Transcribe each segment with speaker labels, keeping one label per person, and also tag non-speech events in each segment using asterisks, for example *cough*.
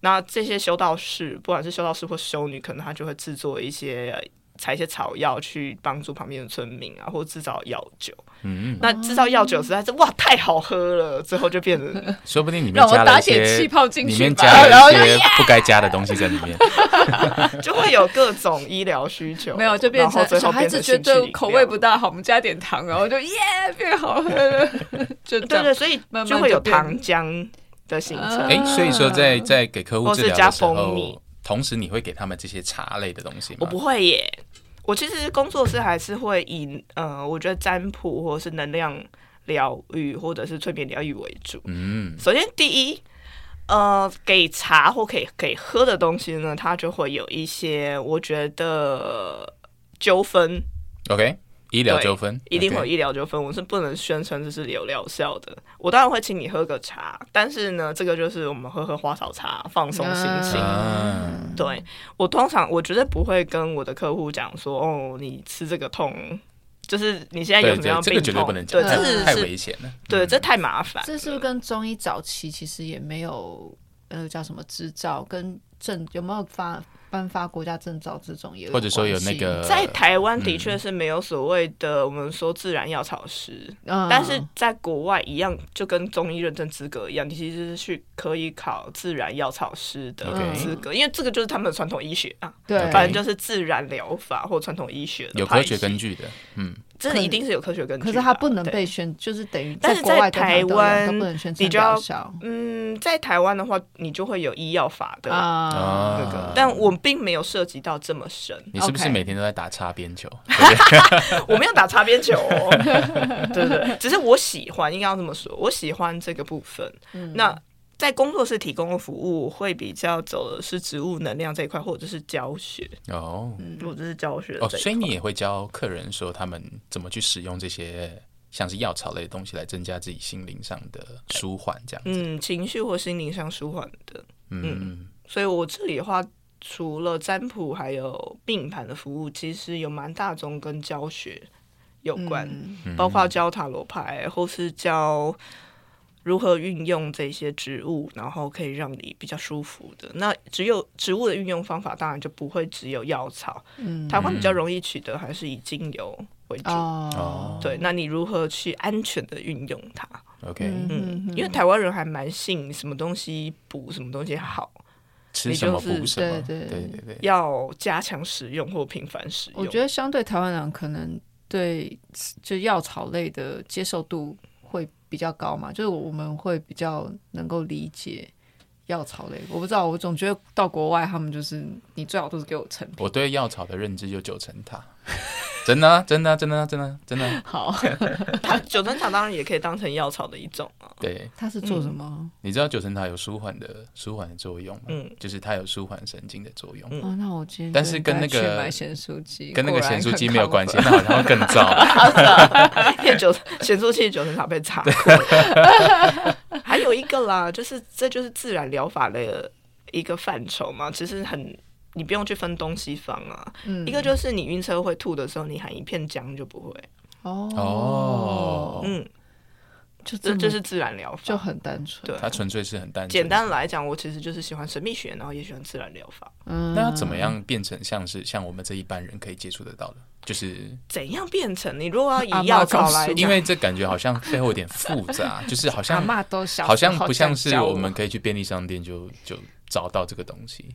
Speaker 1: 那这些修道士，不管是修道士或修女，可能他就会制作一些呃采一些草药去帮助旁边的村民啊，或制造药酒。
Speaker 2: 嗯，
Speaker 1: 那制造药酒实在是哇太好喝了，最后就变成
Speaker 3: *laughs*
Speaker 2: 说不定里面
Speaker 3: 让我
Speaker 2: 加了
Speaker 3: 打
Speaker 2: 一
Speaker 3: 点
Speaker 2: 些
Speaker 3: 气泡进
Speaker 2: 里
Speaker 3: 去
Speaker 2: 面
Speaker 3: 吧
Speaker 2: 加，
Speaker 3: 然后
Speaker 2: 了一
Speaker 3: 就
Speaker 2: 些不该加的东西在里
Speaker 1: *laughs*
Speaker 2: 面。
Speaker 1: 就会有各种医疗需求，
Speaker 3: 没有就变
Speaker 1: 然后
Speaker 3: 成
Speaker 1: 最
Speaker 3: 小
Speaker 1: 后
Speaker 3: 孩
Speaker 1: 变
Speaker 3: 子
Speaker 1: 成
Speaker 3: 觉
Speaker 1: 兴趣
Speaker 3: 得
Speaker 1: 饮
Speaker 3: 口
Speaker 1: 料
Speaker 3: 味不大好，我们加点糖，然后就耶变好喝了， *laughs* 就这
Speaker 1: 对
Speaker 3: 样
Speaker 1: 对，。所以
Speaker 3: 慢慢
Speaker 1: 就会有
Speaker 3: 就变
Speaker 1: 糖浆的形成。
Speaker 2: 哎，所以说在在给客户治疗的
Speaker 1: 嗯
Speaker 2: 时
Speaker 1: 或是加蜂蜜
Speaker 2: 候，同时你会给他们这些茶类的东西吗？
Speaker 1: 我不会耶，我其实工作室还是会以呃，我觉得占卜或是能量疗愈或者是催眠疗愈为主。
Speaker 2: 嗯，
Speaker 1: 首先第一，呃，给茶或给给喝的东西呢，它就会有一些我觉得纠纷，
Speaker 2: OK，医疗
Speaker 1: 对
Speaker 2: 纠纷
Speaker 1: 一定会有
Speaker 2: OK
Speaker 1: 医疗纠纷，我是不能宣称这是有疗效的。我当然会请你喝个茶，但是呢，这个就是我们喝喝花草茶放松心情。
Speaker 2: 啊，
Speaker 1: 对我通常我绝对不会跟我的客户讲说，哦，你吃这个痛，就是你现在有什
Speaker 2: 对
Speaker 1: 么样
Speaker 2: 对，
Speaker 1: 的病
Speaker 2: 这个
Speaker 1: 痛？
Speaker 2: 绝对不能讲，
Speaker 1: 对，
Speaker 2: 太
Speaker 1: 这
Speaker 3: 是
Speaker 2: 太
Speaker 1: 是
Speaker 2: 危嗯险了。
Speaker 1: 对，这太麻烦。
Speaker 3: 这
Speaker 1: 这
Speaker 3: 是不是跟中医早期其实也没有呃叫什么执照，跟证有没有发颁发国家证照这种也有
Speaker 2: 或者说有
Speaker 3: 关
Speaker 2: 那
Speaker 3: 系，
Speaker 2: 个
Speaker 1: 在台湾的
Speaker 2: 嗯
Speaker 1: 确是没有所谓的我们说自然药草师，
Speaker 3: 嗯
Speaker 1: 但是在国外一样，就跟中医认证资格一样，你其实是去可以考自然药草师的
Speaker 2: OK
Speaker 1: 资格，因为这个就是他们的传统医学啊，
Speaker 3: 对，
Speaker 2: OK
Speaker 1: 反正就是自然疗法或传统医学的
Speaker 2: 有
Speaker 1: 派
Speaker 2: 科学
Speaker 1: 系
Speaker 2: 根，据的，嗯，
Speaker 1: 这一定是有科学根据
Speaker 3: 可
Speaker 1: 的啊。
Speaker 3: 是它不能
Speaker 1: 对
Speaker 3: 被宣，就是等于
Speaker 1: 但
Speaker 3: 在
Speaker 1: 是
Speaker 3: 国
Speaker 1: 在
Speaker 3: 外跟
Speaker 1: 台
Speaker 3: 都一样
Speaker 1: 湾
Speaker 3: 都不能宣
Speaker 1: 你
Speaker 3: 称
Speaker 1: 就要
Speaker 3: 疗效
Speaker 1: 嗯，在台湾的话，你就会有医药法的
Speaker 3: 啊。
Speaker 1: 那
Speaker 2: 啊
Speaker 1: 个，但我并没有涉及到这么深，
Speaker 2: 你是不是
Speaker 3: OK
Speaker 2: 每天都在打擦边球？
Speaker 1: 我没有打擦边球、哦，对对对，只是我喜欢，应该要这么说，我喜欢这个部分。那在工作室提供的服务会比较走的是植物能量这一块，或者是教学，
Speaker 2: 哦
Speaker 1: 或者是教学
Speaker 2: 哦，
Speaker 1: 这一
Speaker 2: 所以
Speaker 1: 块
Speaker 2: 你也会教客人说他们怎么去使用这些像是药草类的东西来增加自己心灵上的舒缓，这样子。
Speaker 1: 嗯，情绪或心灵上舒缓的。
Speaker 2: 嗯，
Speaker 1: 所以我这里的话，除了占卜还有命盘的服务，其实有蛮大宗跟教学有关，
Speaker 3: 嗯
Speaker 1: 包括教塔罗牌，或是教如何运用这些植物，然后可以让你比较舒服的。那只有植物的运用方法，当然就不会只有药草。
Speaker 3: 嗯
Speaker 1: 台湾比较容易取得还是以精油为主。
Speaker 3: 哦，
Speaker 1: 对，那你如何去安全的运用它？
Speaker 2: OK，
Speaker 1: 嗯，因为台湾人还蛮信什么东西补什么东西好，
Speaker 2: 吃
Speaker 1: 你
Speaker 2: 什
Speaker 1: 就
Speaker 2: 么
Speaker 1: 是
Speaker 2: 补什么，
Speaker 3: 对对
Speaker 2: 对对对，
Speaker 1: 要加强使用或频繁使用。
Speaker 3: 我觉得相对台湾人可能对就药草类的接受度会比较高嘛，就是我们会比较能够理解药草类。我不知道，我总觉得到国外他们就是你最好都是给我成品。
Speaker 2: 我对药草的认知就九层塔，真的啊真的啊真的啊真的啊真的啊，
Speaker 3: 好，
Speaker 1: 它 *laughs* 九层塔当然也可以当成药草的一种啊。
Speaker 2: 对。
Speaker 3: *laughs* 他是做什么？
Speaker 2: 你知道九层塔有舒缓的舒缓的作用吗？
Speaker 1: 嗯
Speaker 2: 就是它有舒缓神经的作用，
Speaker 1: 嗯
Speaker 3: 哦，那我今天
Speaker 2: 但是跟那个
Speaker 3: 就应该去买咸酥鸡，
Speaker 2: 跟那个
Speaker 3: 果然
Speaker 2: 咸酥鸡
Speaker 3: 很
Speaker 2: 没有
Speaker 3: 亢
Speaker 2: 关系，
Speaker 3: 奋
Speaker 2: 那好像更
Speaker 1: *laughs*
Speaker 2: 糟。
Speaker 1: 因为九显出器九层塔被查过。 *laughs* 还有一个啦，就是这就是自然疗法的一个范畴嘛，其实很。你不用去分东西方啊，
Speaker 3: 嗯
Speaker 1: 一个就是你晕车会吐的时候，你含一片姜就不会，
Speaker 3: 哦
Speaker 2: 哦
Speaker 1: 嗯，
Speaker 3: 就这
Speaker 1: 这
Speaker 3: 么
Speaker 1: 就是自然疗法，
Speaker 3: 就很单纯。
Speaker 1: 对。
Speaker 2: 它纯粹是很单纯
Speaker 1: 简单来讲，我其实就是喜欢神秘学，然后也喜欢自然疗法。
Speaker 3: 嗯
Speaker 2: 那要怎么样变成像是像我们这一般人可以接触得到的？就是
Speaker 1: 怎样变成？你如 *laughs* 果要
Speaker 3: 阿嬷
Speaker 1: 以药草
Speaker 2: *laughs*
Speaker 3: 告诉
Speaker 1: 来
Speaker 3: 我
Speaker 1: 讲，
Speaker 2: 因为这感觉好像背后有点复杂，就是好
Speaker 3: 阿
Speaker 2: 像
Speaker 3: 妈都小时候
Speaker 2: 好像不像
Speaker 3: 这
Speaker 2: 是
Speaker 3: 样教
Speaker 2: 我们可以去便利商店就就找到这个东西。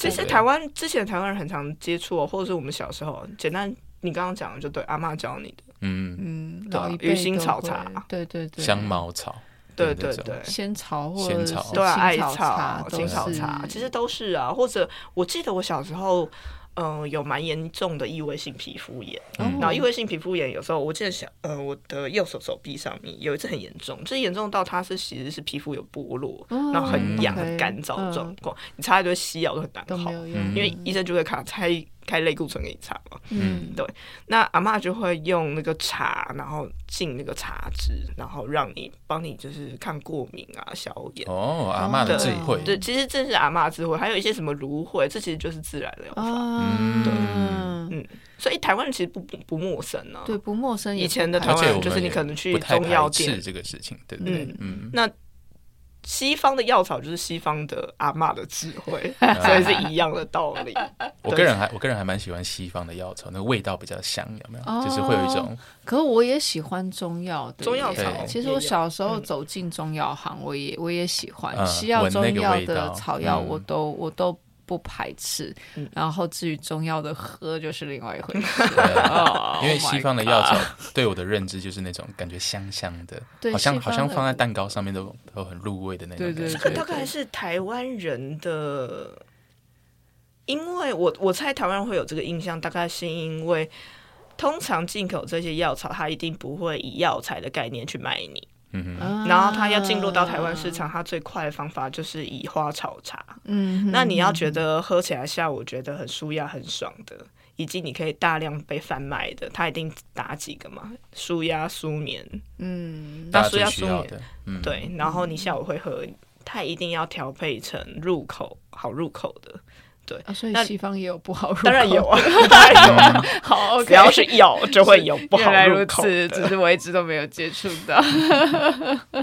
Speaker 1: 其实
Speaker 2: 对
Speaker 1: 台湾之前台湾人很常接触、哦，或者是我们小时候，简单你刚刚讲的就对，阿嬷教你的，
Speaker 2: 嗯，
Speaker 3: 嗯，
Speaker 1: 对啊
Speaker 3: 老一辈
Speaker 1: 鱼腥
Speaker 3: 都
Speaker 1: 草
Speaker 3: 会
Speaker 1: 茶
Speaker 3: 对对对，
Speaker 2: 香茅草，
Speaker 1: 对
Speaker 2: 对
Speaker 1: 对
Speaker 2: 对
Speaker 1: 对，
Speaker 3: 仙草或
Speaker 2: 仙
Speaker 3: 者
Speaker 2: 草嗯
Speaker 3: 是
Speaker 1: 对啊，艾
Speaker 3: 青
Speaker 1: 草、
Speaker 3: 都
Speaker 1: 青草
Speaker 3: 是
Speaker 1: 茶，其实都是啊。或者我记得我小时候，嗯、有蛮严重的异位性皮肤炎，
Speaker 3: 哦
Speaker 2: 嗯
Speaker 1: 然后异位性皮肤炎有时候我记得小，呃，我的右手手臂上面有一次很严重，就是严重到它是其实是皮肤有剥落，
Speaker 3: 嗯
Speaker 1: 然后很痒、
Speaker 3: OK，
Speaker 1: 很干燥的状
Speaker 3: 嗯
Speaker 1: 况，你擦一堆西药都很难
Speaker 3: 都
Speaker 1: 好
Speaker 3: 没，有用，
Speaker 2: 嗯
Speaker 1: 因为医生就会卡开开类固醇给你擦嘛。
Speaker 3: 嗯
Speaker 1: 对那阿嬷就会用那个茶，然后浸那个茶汁，然后让你帮你就是抗过敏啊、消炎。
Speaker 2: 哦，阿嬷的智慧，
Speaker 1: 对，其实这是阿嬷智慧，还有一些什么芦荟，这其实就是自然疗法，嗯
Speaker 3: 啊，
Speaker 1: 所以台湾人其实不不不陌生呢、
Speaker 3: 对，不陌生也
Speaker 1: 以
Speaker 3: 不
Speaker 1: 前的
Speaker 3: 排
Speaker 1: 台
Speaker 2: 而
Speaker 1: 湾
Speaker 2: 且
Speaker 1: 人
Speaker 2: 我
Speaker 1: 就是
Speaker 2: 们
Speaker 1: 你
Speaker 2: 也
Speaker 1: 可能去
Speaker 2: 不太
Speaker 1: 中药
Speaker 2: 排斥
Speaker 1: 店，
Speaker 2: 这个事情，对不对
Speaker 1: 嗯？
Speaker 2: 嗯，
Speaker 1: 那西方的药草就是西方的阿嬷的智
Speaker 2: *laughs*
Speaker 1: 慧，所以是一样的道理。
Speaker 2: 我个人还我个人还蛮喜欢西方的药草，那个味道比较香，有没有？
Speaker 3: 哦
Speaker 2: 就是会有一种
Speaker 3: 可我也喜欢中药的耶，
Speaker 1: 中药
Speaker 2: 草
Speaker 3: 其实
Speaker 1: 也
Speaker 3: 我
Speaker 1: 有
Speaker 3: 小时候
Speaker 1: 嗯
Speaker 3: 走进中药行，我也我也喜欢、
Speaker 2: 嗯
Speaker 3: 西药、
Speaker 2: 闻那
Speaker 3: 中
Speaker 2: 个
Speaker 3: 药
Speaker 2: 味
Speaker 3: 的
Speaker 2: 道
Speaker 3: 草药，我
Speaker 2: 嗯
Speaker 3: 都、我都不排斥。
Speaker 1: 嗯
Speaker 3: 然后至于中药的喝，就是另外一回事。
Speaker 2: 对，啊因为
Speaker 3: *laughs* Oh my
Speaker 2: 西方的药草 *laughs* 对我的认知就是那种感觉香香的，
Speaker 3: 对
Speaker 2: 好
Speaker 3: 西
Speaker 2: 像
Speaker 3: 方
Speaker 2: 好像
Speaker 3: 的
Speaker 2: 放在蛋糕上面都都很入味的那种
Speaker 3: 对
Speaker 2: 感觉。
Speaker 3: 对
Speaker 1: 这个
Speaker 3: 对
Speaker 1: 大概是台湾人的，因为我我猜台湾人会有这个印象，大概是因为通常进口这些药草，它一定不会以药材的概念去卖你，
Speaker 2: 嗯哼，
Speaker 3: 啊
Speaker 1: 然后它要进入到台湾市，场，它最快的方法就是以花草茶。
Speaker 3: 嗯哼，
Speaker 1: 那你要觉得喝起来下午觉得很舒压、很爽的，以及你可以大量被贩卖的，它一定打几个嘛，舒压、舒眠，
Speaker 3: 嗯，
Speaker 2: 大
Speaker 1: 那
Speaker 2: 家
Speaker 1: 所以
Speaker 2: 最
Speaker 1: 要
Speaker 2: 需
Speaker 1: 素
Speaker 2: 要
Speaker 1: 也
Speaker 2: 的，嗯，
Speaker 1: 对，然后你下午会喝，它一定要调配成入口好入口的，
Speaker 3: 啊所以
Speaker 1: 那
Speaker 3: 西方也有不好入口，
Speaker 1: 当然有啊，当然有啊，
Speaker 3: *laughs* 好，OK，
Speaker 1: 只要是有就会有不
Speaker 3: 原
Speaker 1: 好
Speaker 3: 来如
Speaker 1: 入口
Speaker 3: 此，只
Speaker 1: 的。
Speaker 3: 是我一直都没有接触到。 *laughs*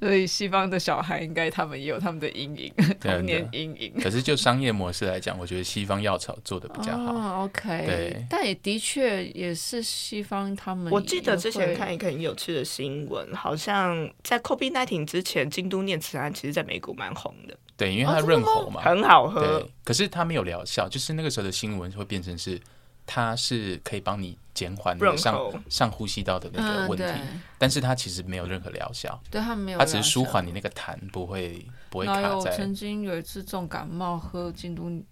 Speaker 3: 所以西方的小孩应该他们也有他们的阴影，
Speaker 2: 对啊
Speaker 3: 童年阴影。
Speaker 2: 可是就商业模式来讲，我觉得西方药草做的比较好。
Speaker 3: 哦，OK，
Speaker 2: 对
Speaker 3: 但也的确也是西方他们也会。
Speaker 1: 我记得之前看一个很有趣的新闻，好像在 COVID 1 9之前，京都念慈庵其实在美国蛮红的，
Speaker 2: 对，因为
Speaker 3: 哦
Speaker 2: 它
Speaker 3: 真的
Speaker 2: 润喉嘛，
Speaker 1: 很好喝
Speaker 2: 对。，可是它没有疗效，就是那个时候的新闻会变成是，它是可以帮你减缓你
Speaker 1: 润
Speaker 2: 的上
Speaker 1: 喉
Speaker 2: 上呼吸道的那个
Speaker 3: 嗯，
Speaker 2: 问题，
Speaker 3: 对，
Speaker 2: 但是它其实没有任何疗效，
Speaker 3: 对他们没有
Speaker 2: 它
Speaker 3: 疗效，哎
Speaker 2: 只是舒缓你那个痰不会不会
Speaker 3: 哪
Speaker 2: 卡
Speaker 3: 有？我
Speaker 2: 在。
Speaker 3: 曾经有一次重感冒，喝京都，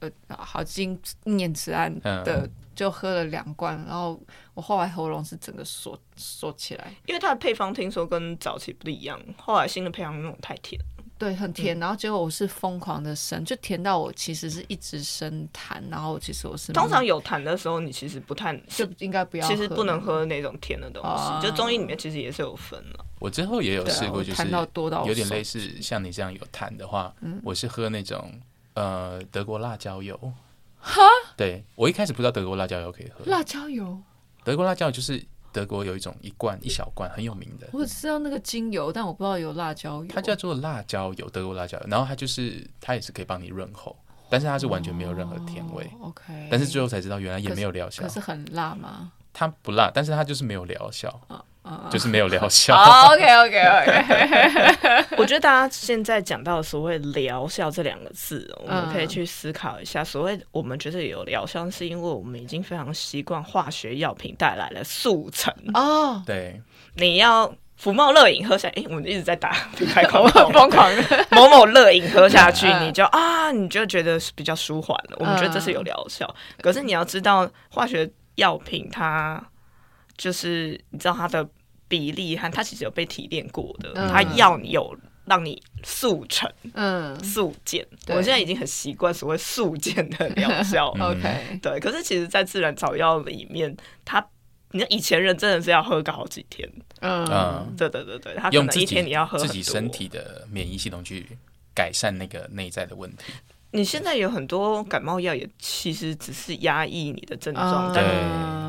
Speaker 3: 呃，好京念慈庵
Speaker 2: 嗯
Speaker 3: 的，就喝了两罐，然后我后来喉咙是整个缩缩起来，
Speaker 2: 嗯
Speaker 1: 因为它的配方听说跟早期不一样，后来新的配方那种太甜。
Speaker 3: 对，很甜。然后结果我是疯狂的生，就甜到我其实是一直生痰，然后其实我是
Speaker 1: 通常有痰的时候，你其实不太，
Speaker 3: 就应该嗯不要，
Speaker 1: 其实不能。喝那种甜的东
Speaker 3: 啊
Speaker 1: 西。就中医里面其实也是有分
Speaker 3: *laughs*
Speaker 1: 的。
Speaker 2: 我之后也有
Speaker 3: 对啊
Speaker 2: 试过，
Speaker 3: 我
Speaker 2: 就是
Speaker 3: 痰到多到
Speaker 2: 有点
Speaker 3: 手嗯
Speaker 2: 类似像你这样有痰的话，我是喝那种呃德国辣椒油。哈，对我一开始不知道德国辣椒油可以喝，
Speaker 3: 辣椒油，
Speaker 2: 德国辣椒油就是德国有一种一罐一小罐很有名的，
Speaker 3: 我只知道那个精油，但我不知道有辣椒油。
Speaker 2: 它叫做辣椒油，德国辣椒油，然后它就是它也是可以帮你润喉，但是它是完全没有任何甜味，
Speaker 3: 哦 OK，
Speaker 2: 但是最后才知道原来也没有疗效
Speaker 3: 可，是很辣吗？
Speaker 2: 它不辣，但是它就是没有疗效，
Speaker 3: 啊
Speaker 2: 就是没有疗效。
Speaker 1: 哦
Speaker 3: 好，OK OK OK，
Speaker 1: 我觉得大家现在讲到所谓“疗效”这两个字，我
Speaker 3: 嗯
Speaker 1: 们可以去思考一下。所谓我们觉得有疗效，是因为我们已经非常习惯化学药品带来的速成。
Speaker 2: *laughs*
Speaker 3: 哦，，
Speaker 2: 对，
Speaker 1: 你要福茂乐饮喝下，诶，我们一直在打品牌广告
Speaker 3: *laughs* 疯狂的，
Speaker 1: *laughs* 某某乐饮喝下去，
Speaker 3: *laughs* 嗯
Speaker 1: 你就啊，你就觉得是比较舒缓了。我们觉得这是有疗效，
Speaker 3: 嗯
Speaker 1: 可是你要知道，化学药品它就是你知道它的比例和它其实有被提炼过的，
Speaker 3: 嗯
Speaker 1: 它要你有让你速成
Speaker 3: 嗯
Speaker 1: 速健。
Speaker 3: 对
Speaker 1: 我现在已经很习惯所谓速健的疗
Speaker 3: *laughs*
Speaker 1: 效
Speaker 2: 嗯
Speaker 3: ，OK，
Speaker 1: 对，可是其实，在自然草药里面，它。你看以前人真的是要喝个好几天，
Speaker 3: 嗯
Speaker 2: 嗯，
Speaker 1: 对对对对，他可
Speaker 2: 用
Speaker 1: 能
Speaker 2: 自
Speaker 1: 一
Speaker 2: 己
Speaker 1: 天你要喝
Speaker 2: 自
Speaker 1: 很
Speaker 2: 己
Speaker 1: 多
Speaker 2: 身体的免疫系统去改善那个内在的问题。
Speaker 1: 你现在有很多感冒药也其实只是压抑你的症状，
Speaker 3: 嗯
Speaker 1: 但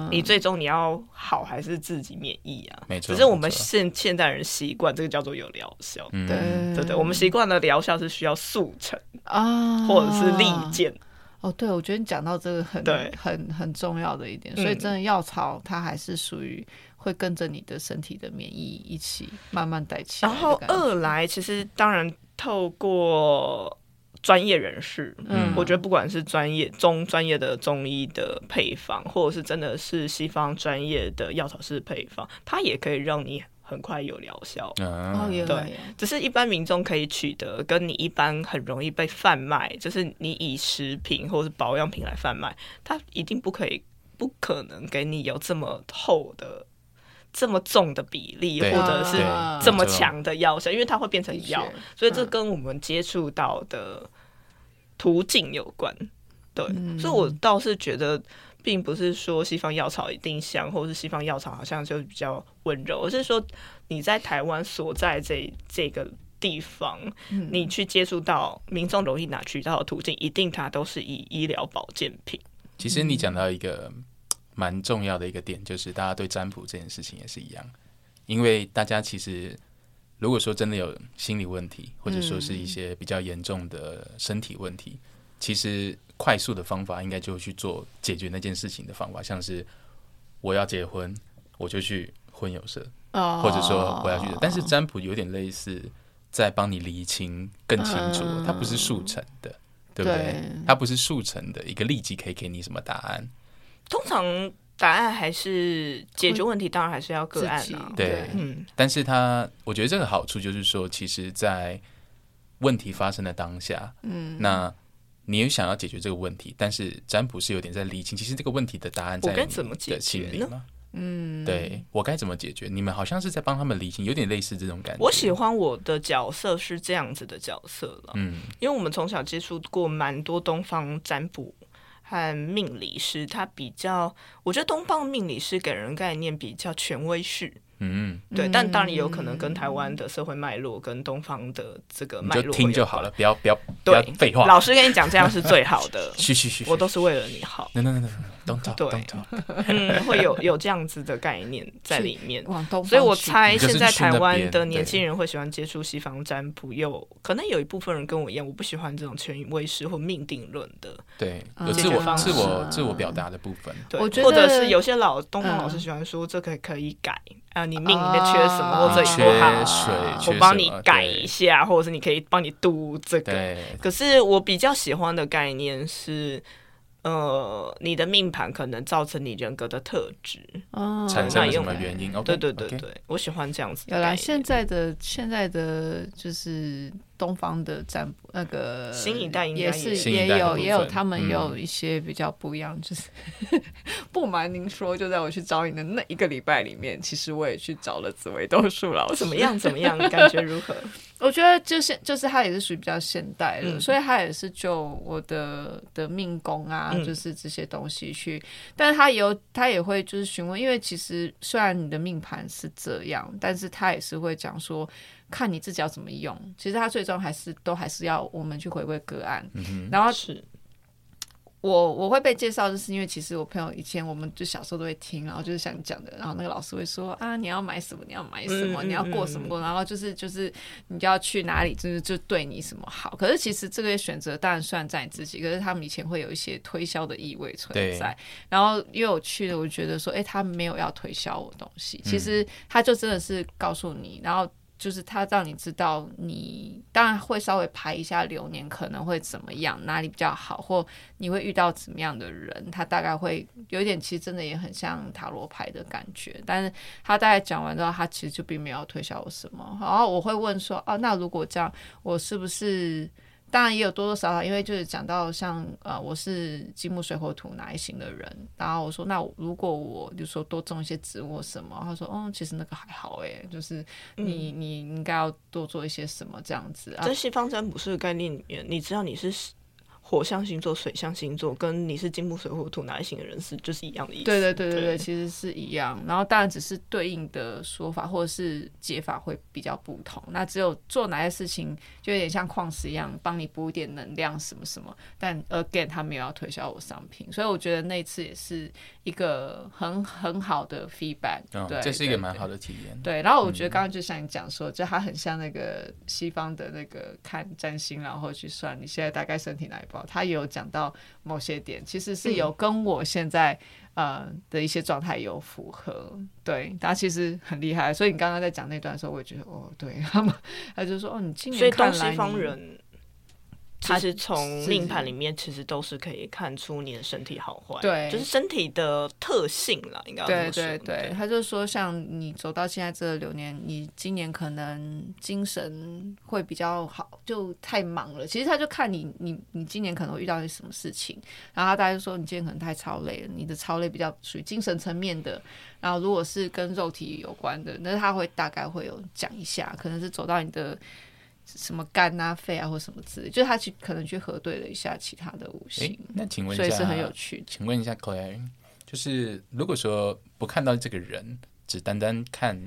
Speaker 2: 对
Speaker 1: 你最终你要好还是自己免疫啊？
Speaker 2: 没错
Speaker 1: 只是我们
Speaker 2: 没错
Speaker 1: 现现代人习惯这个叫做有疗效，
Speaker 2: 嗯，
Speaker 3: 对
Speaker 1: 对对，我们习惯的疗效是需要速成
Speaker 3: 啊，
Speaker 1: 或者是利剑，
Speaker 3: 哦，对，我觉得你讲到这个很
Speaker 1: 对
Speaker 3: 很很重要的一点，
Speaker 1: 嗯
Speaker 3: 所以真的药草它还是属于会跟着你的身体的免疫一起慢慢带起来
Speaker 1: 然
Speaker 3: 的
Speaker 1: 后
Speaker 3: 感觉。
Speaker 1: 二来其实当然透过。专业人士，
Speaker 3: 嗯
Speaker 1: 我觉得不管是专业中专业的中医的配方，或者是真的是西方专业的药草师配方，它也可以让你很快有疗效。
Speaker 3: 哦，
Speaker 2: 嗯，
Speaker 3: 原来
Speaker 1: 只是一般民众可以取得，跟你一般很容易被贩卖，就是你以食品或是保养品来贩卖，它一定不可以，不可能给你有这么厚的、这么重的比例，
Speaker 2: 对
Speaker 1: 或者是
Speaker 2: 对
Speaker 3: 啊
Speaker 1: 这么
Speaker 2: 没错
Speaker 1: 强的药效，因为它会变成药
Speaker 3: 的确，
Speaker 1: 所以这跟我们接触到的途径有关。对，
Speaker 3: 嗯
Speaker 1: 所以我倒是觉得。并不是说西方药草一定香，或者是西方药草好像就比较温柔，而是说你在台湾所在这这个地方，
Speaker 3: 嗯
Speaker 1: 你去接触到民众容易拿取到的途径，一定它都是以医疗保健品。
Speaker 2: 其实你讲到一个嗯蛮重要的一个点，就是大家对占卜这件事情也是一样，因为大家其实如果说真的有心理问题，或者说是一些比较严重的身体问题，其实快速的方法应该就去做解决那件事情的方法，像是我要结婚，我就去婚友社，
Speaker 3: 哦
Speaker 2: 或者说我要去。但是占卜有点类似在帮你厘清更清楚，
Speaker 3: 嗯
Speaker 2: 它不是速成的，对不对？
Speaker 3: 对
Speaker 2: 它不是速成的，一个立即可以给你什么答案。
Speaker 1: 通常答案还是解决问题，当然还是要个案
Speaker 3: 自己
Speaker 1: 啊。
Speaker 2: 对
Speaker 1: 嗯，
Speaker 2: 但是它，我觉得这个好处就是说，其实，在问题发生的当下，嗯，那你也想要解决这个问题，但是占卜是有点在厘清，其实这个问题的答案在
Speaker 1: 我该
Speaker 2: 你
Speaker 1: 怎么解
Speaker 2: 的心
Speaker 1: 决
Speaker 2: 里
Speaker 1: 呢
Speaker 2: 吗？嗯，对我该怎么解决？你们好像是在帮他们厘清，有点类似这种感觉。
Speaker 1: 我喜，欢我的角色是这样子的角色了，
Speaker 2: 嗯
Speaker 1: 因为我们从小接触过蛮多东方占卜和命理师，他比较，我觉得东方命理师给人概念比较权威式，
Speaker 2: 嗯，
Speaker 1: 对，但当然也有可能跟台湾的社会脉络跟东方的这个
Speaker 2: 嗯你
Speaker 1: 脉
Speaker 2: 就
Speaker 1: 络
Speaker 2: 听
Speaker 1: 有
Speaker 2: 就好
Speaker 1: 关
Speaker 2: 了，。不要不要不要
Speaker 1: 对，
Speaker 2: 废话。
Speaker 1: 老师跟你讲这样是最好
Speaker 2: *laughs*，
Speaker 1: 的
Speaker 2: 嘘嘘嘘，
Speaker 1: 我都是为了你好。
Speaker 2: no no no no no don't talk
Speaker 1: 对
Speaker 2: don't talk，
Speaker 1: 嗯，会有有这样子的概念在里面。
Speaker 3: 往东方去，
Speaker 1: 所以我猜
Speaker 2: 你就是
Speaker 1: 现在
Speaker 2: 去那
Speaker 1: 台湾
Speaker 2: 边
Speaker 1: 的年
Speaker 2: 对
Speaker 1: 轻人会喜欢接触西方占卜，有可能有一部分人跟我一样，我不喜欢这种权威式或命定论的，
Speaker 2: 对，
Speaker 3: 嗯
Speaker 2: 有自
Speaker 1: 解决
Speaker 2: 我
Speaker 1: 方
Speaker 2: 自我
Speaker 3: 式嗯
Speaker 2: 自我表达的部分，
Speaker 1: 对，
Speaker 3: 我觉
Speaker 1: 或者
Speaker 3: 得
Speaker 1: 是有些老东方老
Speaker 3: 嗯
Speaker 1: 师喜欢说这个可以改啊，你命里面缺什么
Speaker 3: 啊
Speaker 1: 或者
Speaker 2: 你
Speaker 1: 你
Speaker 2: 缺
Speaker 1: 不好，
Speaker 2: 水，缺
Speaker 1: 我
Speaker 2: 什
Speaker 1: 帮你
Speaker 2: 么
Speaker 1: 改
Speaker 2: 对
Speaker 1: 一下，或者是你可以帮你读这个，
Speaker 2: 对，
Speaker 1: 可是我比较喜欢的概念是，呃，你的命盘可能造成你人格的特质。
Speaker 3: 哦
Speaker 2: 产生了
Speaker 1: 那
Speaker 2: 什
Speaker 1: 用
Speaker 2: 么
Speaker 1: 来
Speaker 2: 原因？OK，
Speaker 1: 对对对
Speaker 2: 哦 OK
Speaker 1: 对我喜欢这样子的
Speaker 3: 有
Speaker 1: 概念。
Speaker 3: 啦，现在的现在的就是东方的占卜那个
Speaker 1: 新一代应该
Speaker 3: 也是
Speaker 1: 也
Speaker 2: 新一代的
Speaker 3: 也
Speaker 2: 部
Speaker 3: 有
Speaker 2: 分
Speaker 3: 也有他们
Speaker 2: 嗯
Speaker 3: 也有一些比较不一样，就是 *laughs* 不瞒您说，就在我去找你的那一个礼拜里面，其实我也去找了紫薇斗数老师。
Speaker 1: 怎么样？怎么样？感觉如何？
Speaker 3: 我觉得就是就是它也是属于比较现代的，
Speaker 1: 嗯
Speaker 3: 所以它也是就我的的命宫啊，
Speaker 1: 嗯
Speaker 3: 就是这些东西去，但是它也有它也会就是询问，因为其实虽然你的命盘是这样，但是它也是会讲说看你自己要怎么用。其实它最终还是都还是要我们去回归个案， *laughs*
Speaker 1: 嗯
Speaker 3: 然后
Speaker 1: 是
Speaker 3: 我我会被介绍，就是因为其实我朋友以前我们就小时候都会听，然后就是像你讲的，然后那个老师会说啊，你要买什么，你要买什么，
Speaker 1: 嗯嗯
Speaker 3: 你要过什么过，然后就是就是你就要去哪里，就是就对你什么好。可是其实这个选择当然算在你自己，可是他们以前会有一些推销的意味存在。然后因为我去了，我觉得说，哎，他没有要推销我东西，其实他就真的是告诉你，然后。就是他让你知道你，当然会稍微排一下流年可能会怎么样，哪里比较好，或你会遇到怎么样的人，他大概会有一点，其实真的也很像塔罗牌的感觉。但是他大概讲完之后，他其实就并没有推销我什么。然后我会问说，哦，那如果这样，我是不是？当然也有多多少少，因为就是讲到像呃，我是金木水火土哪一型的人，然后我说那我如果我就说多种一些植物什么，他说哦，其实那个还好诶，就是你、你应该要多做一些什么这样子啊
Speaker 1: 在，西方占卜师的概念里面，你知道你是火象星座、水象星座，跟你是金木水火土哪一型的人是就是一样的意思。
Speaker 3: 对对对对对，
Speaker 1: 对
Speaker 3: 其实是一样。然后当然只是对应的说法或者是解法会比较不同。那只有做哪些事情，就有点像矿石一样，帮你补一点能量什么什么。但 again，他没有要推销我商品，所以我觉得那次也是一个很很好的 feedback、
Speaker 2: 嗯
Speaker 3: 对，，
Speaker 2: 这是一个
Speaker 3: 对
Speaker 2: 蛮
Speaker 3: 对
Speaker 2: 好的体验。
Speaker 3: 对，然后我觉
Speaker 1: 嗯
Speaker 3: 得刚刚就像你讲说，就它很像那个西方的那个看占星，然后去算你现在大概身体哪一包，它也有讲到某些点，其实是
Speaker 1: 嗯
Speaker 3: 有跟我现在、呃的一些状态有符合。对，它其实很厉害，所以你刚刚在讲那段的时候，我也觉得哦，对他们，他就说哦，你今年
Speaker 1: 所以
Speaker 3: 看
Speaker 1: 东西
Speaker 3: 来
Speaker 1: 方
Speaker 3: 你
Speaker 1: 人。其
Speaker 3: 他
Speaker 1: 实从
Speaker 3: 是
Speaker 1: 命盘里面，其实都是可以看出你的身体好坏，
Speaker 3: 对
Speaker 1: 就是身体的特性啦，应该要这
Speaker 3: 对
Speaker 1: 么说
Speaker 3: 对对，，他就说像你走到现在这个流年，你今年可能精神会比较好，就太忙了。其实他就看你你你今年可能会遇到些什么事情，然后他大概就说你今年可能太操累了，你的操累比较属于精神层面的。然后如果是跟肉体有关的，那他会大概会有讲一下，可能是走到你的。什么肝啊、肺啊，或什么之类，就是他去可能去核对了一下其他的五
Speaker 2: 诶
Speaker 3: 行，，
Speaker 2: 那请问
Speaker 3: 所
Speaker 2: 一
Speaker 3: 以是很有
Speaker 2: 下，
Speaker 3: 趣的。
Speaker 2: 请问一下 Claire，就是如果说不看到这个人，只单单看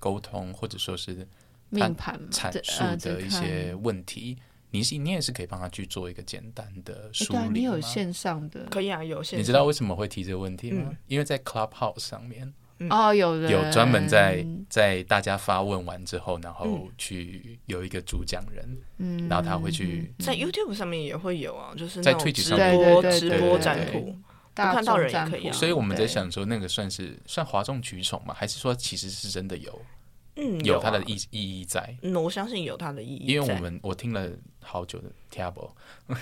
Speaker 2: 沟通，或者说是
Speaker 3: 命盘嘛，
Speaker 2: 阐
Speaker 3: 这呃
Speaker 2: 述的
Speaker 3: 这
Speaker 2: 一
Speaker 3: 看
Speaker 2: 些问题，你是你也是可以帮他去做一个简单的
Speaker 3: 欸
Speaker 2: 梳
Speaker 3: 对啊你
Speaker 2: 理吗
Speaker 3: 有线上的
Speaker 1: 可以啊，有些
Speaker 2: 你知道为什么会提这个问题吗？
Speaker 1: 嗯
Speaker 2: 因为在 Clubhouse 上面，
Speaker 3: 哦，有人
Speaker 2: 有专门在在大家发问完之后，
Speaker 1: 嗯
Speaker 2: 然后去有一个主讲人，
Speaker 3: 嗯，
Speaker 2: 然后他会去
Speaker 1: 在 YouTube 上面也会有啊，就是
Speaker 2: 在
Speaker 1: 那种
Speaker 2: Twitch
Speaker 1: 直
Speaker 2: 上
Speaker 1: 播
Speaker 3: 面嗯对对
Speaker 1: 直
Speaker 3: 对
Speaker 1: 播
Speaker 2: 对
Speaker 1: 占
Speaker 2: 对
Speaker 1: 卜，
Speaker 3: 大
Speaker 1: 看到
Speaker 3: 众
Speaker 1: 人也
Speaker 3: 占
Speaker 1: 可以
Speaker 3: 卜
Speaker 1: 啊
Speaker 2: 所以我们在
Speaker 3: 对
Speaker 2: 想说，那个算是算哗众取宠吗？还是说其实是真的有
Speaker 1: 嗯，
Speaker 2: 有
Speaker 1: 有
Speaker 2: 它的
Speaker 1: 啊
Speaker 2: 意意义在？
Speaker 1: 嗯，我相信有啊它的意义在。
Speaker 2: 因为我们我听了好久的 t a b l
Speaker 1: 我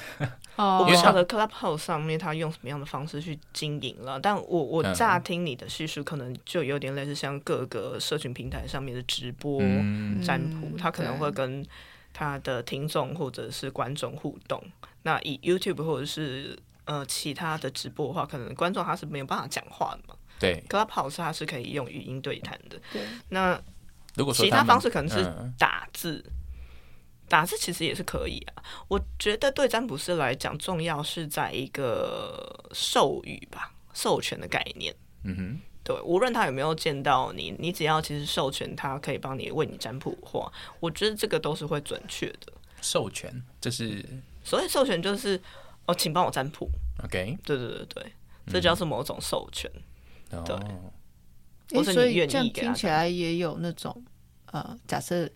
Speaker 3: 哦
Speaker 1: 不晓得 Clubhouse 上面他用什么样的方式去经营了，但我我
Speaker 2: 嗯
Speaker 1: 乍听你的叙述，可能就有点类似像各个社群平台上面的直播
Speaker 2: 嗯，
Speaker 1: 占卜，
Speaker 3: 嗯
Speaker 1: 他可能
Speaker 3: 对
Speaker 1: 会跟他的听众或者是观众互动。那以 YouTube 或者是呃其他的直播的话，可能观众他是没有办法讲话的嘛
Speaker 2: 对。
Speaker 1: ，Clubhouse 它是可以用语音对谈的。
Speaker 3: 对，
Speaker 1: 那
Speaker 2: 如果说
Speaker 1: 其他
Speaker 2: 们
Speaker 1: 方式可能是
Speaker 2: 嗯
Speaker 1: 打字，打字其实也是可以啊。我觉得对占卜师来讲，重要是在一个授予吧，授权的概念。
Speaker 2: 嗯哼，
Speaker 1: 对，无论他有没有见到你，你只要其实授权他可以帮你为你占卜的话，我觉得这个都是会准确的。
Speaker 2: 授权这是
Speaker 1: 所谓授权就是哦，请帮我占卜。
Speaker 2: OK，
Speaker 1: 对对对对，
Speaker 2: 嗯
Speaker 1: 这叫是某种授权。
Speaker 2: 然
Speaker 1: 对
Speaker 2: 后
Speaker 3: 诶
Speaker 1: 或者
Speaker 3: 所
Speaker 1: 你愿意
Speaker 3: 以这样
Speaker 1: 给他
Speaker 3: 听起来也有那种呃，假设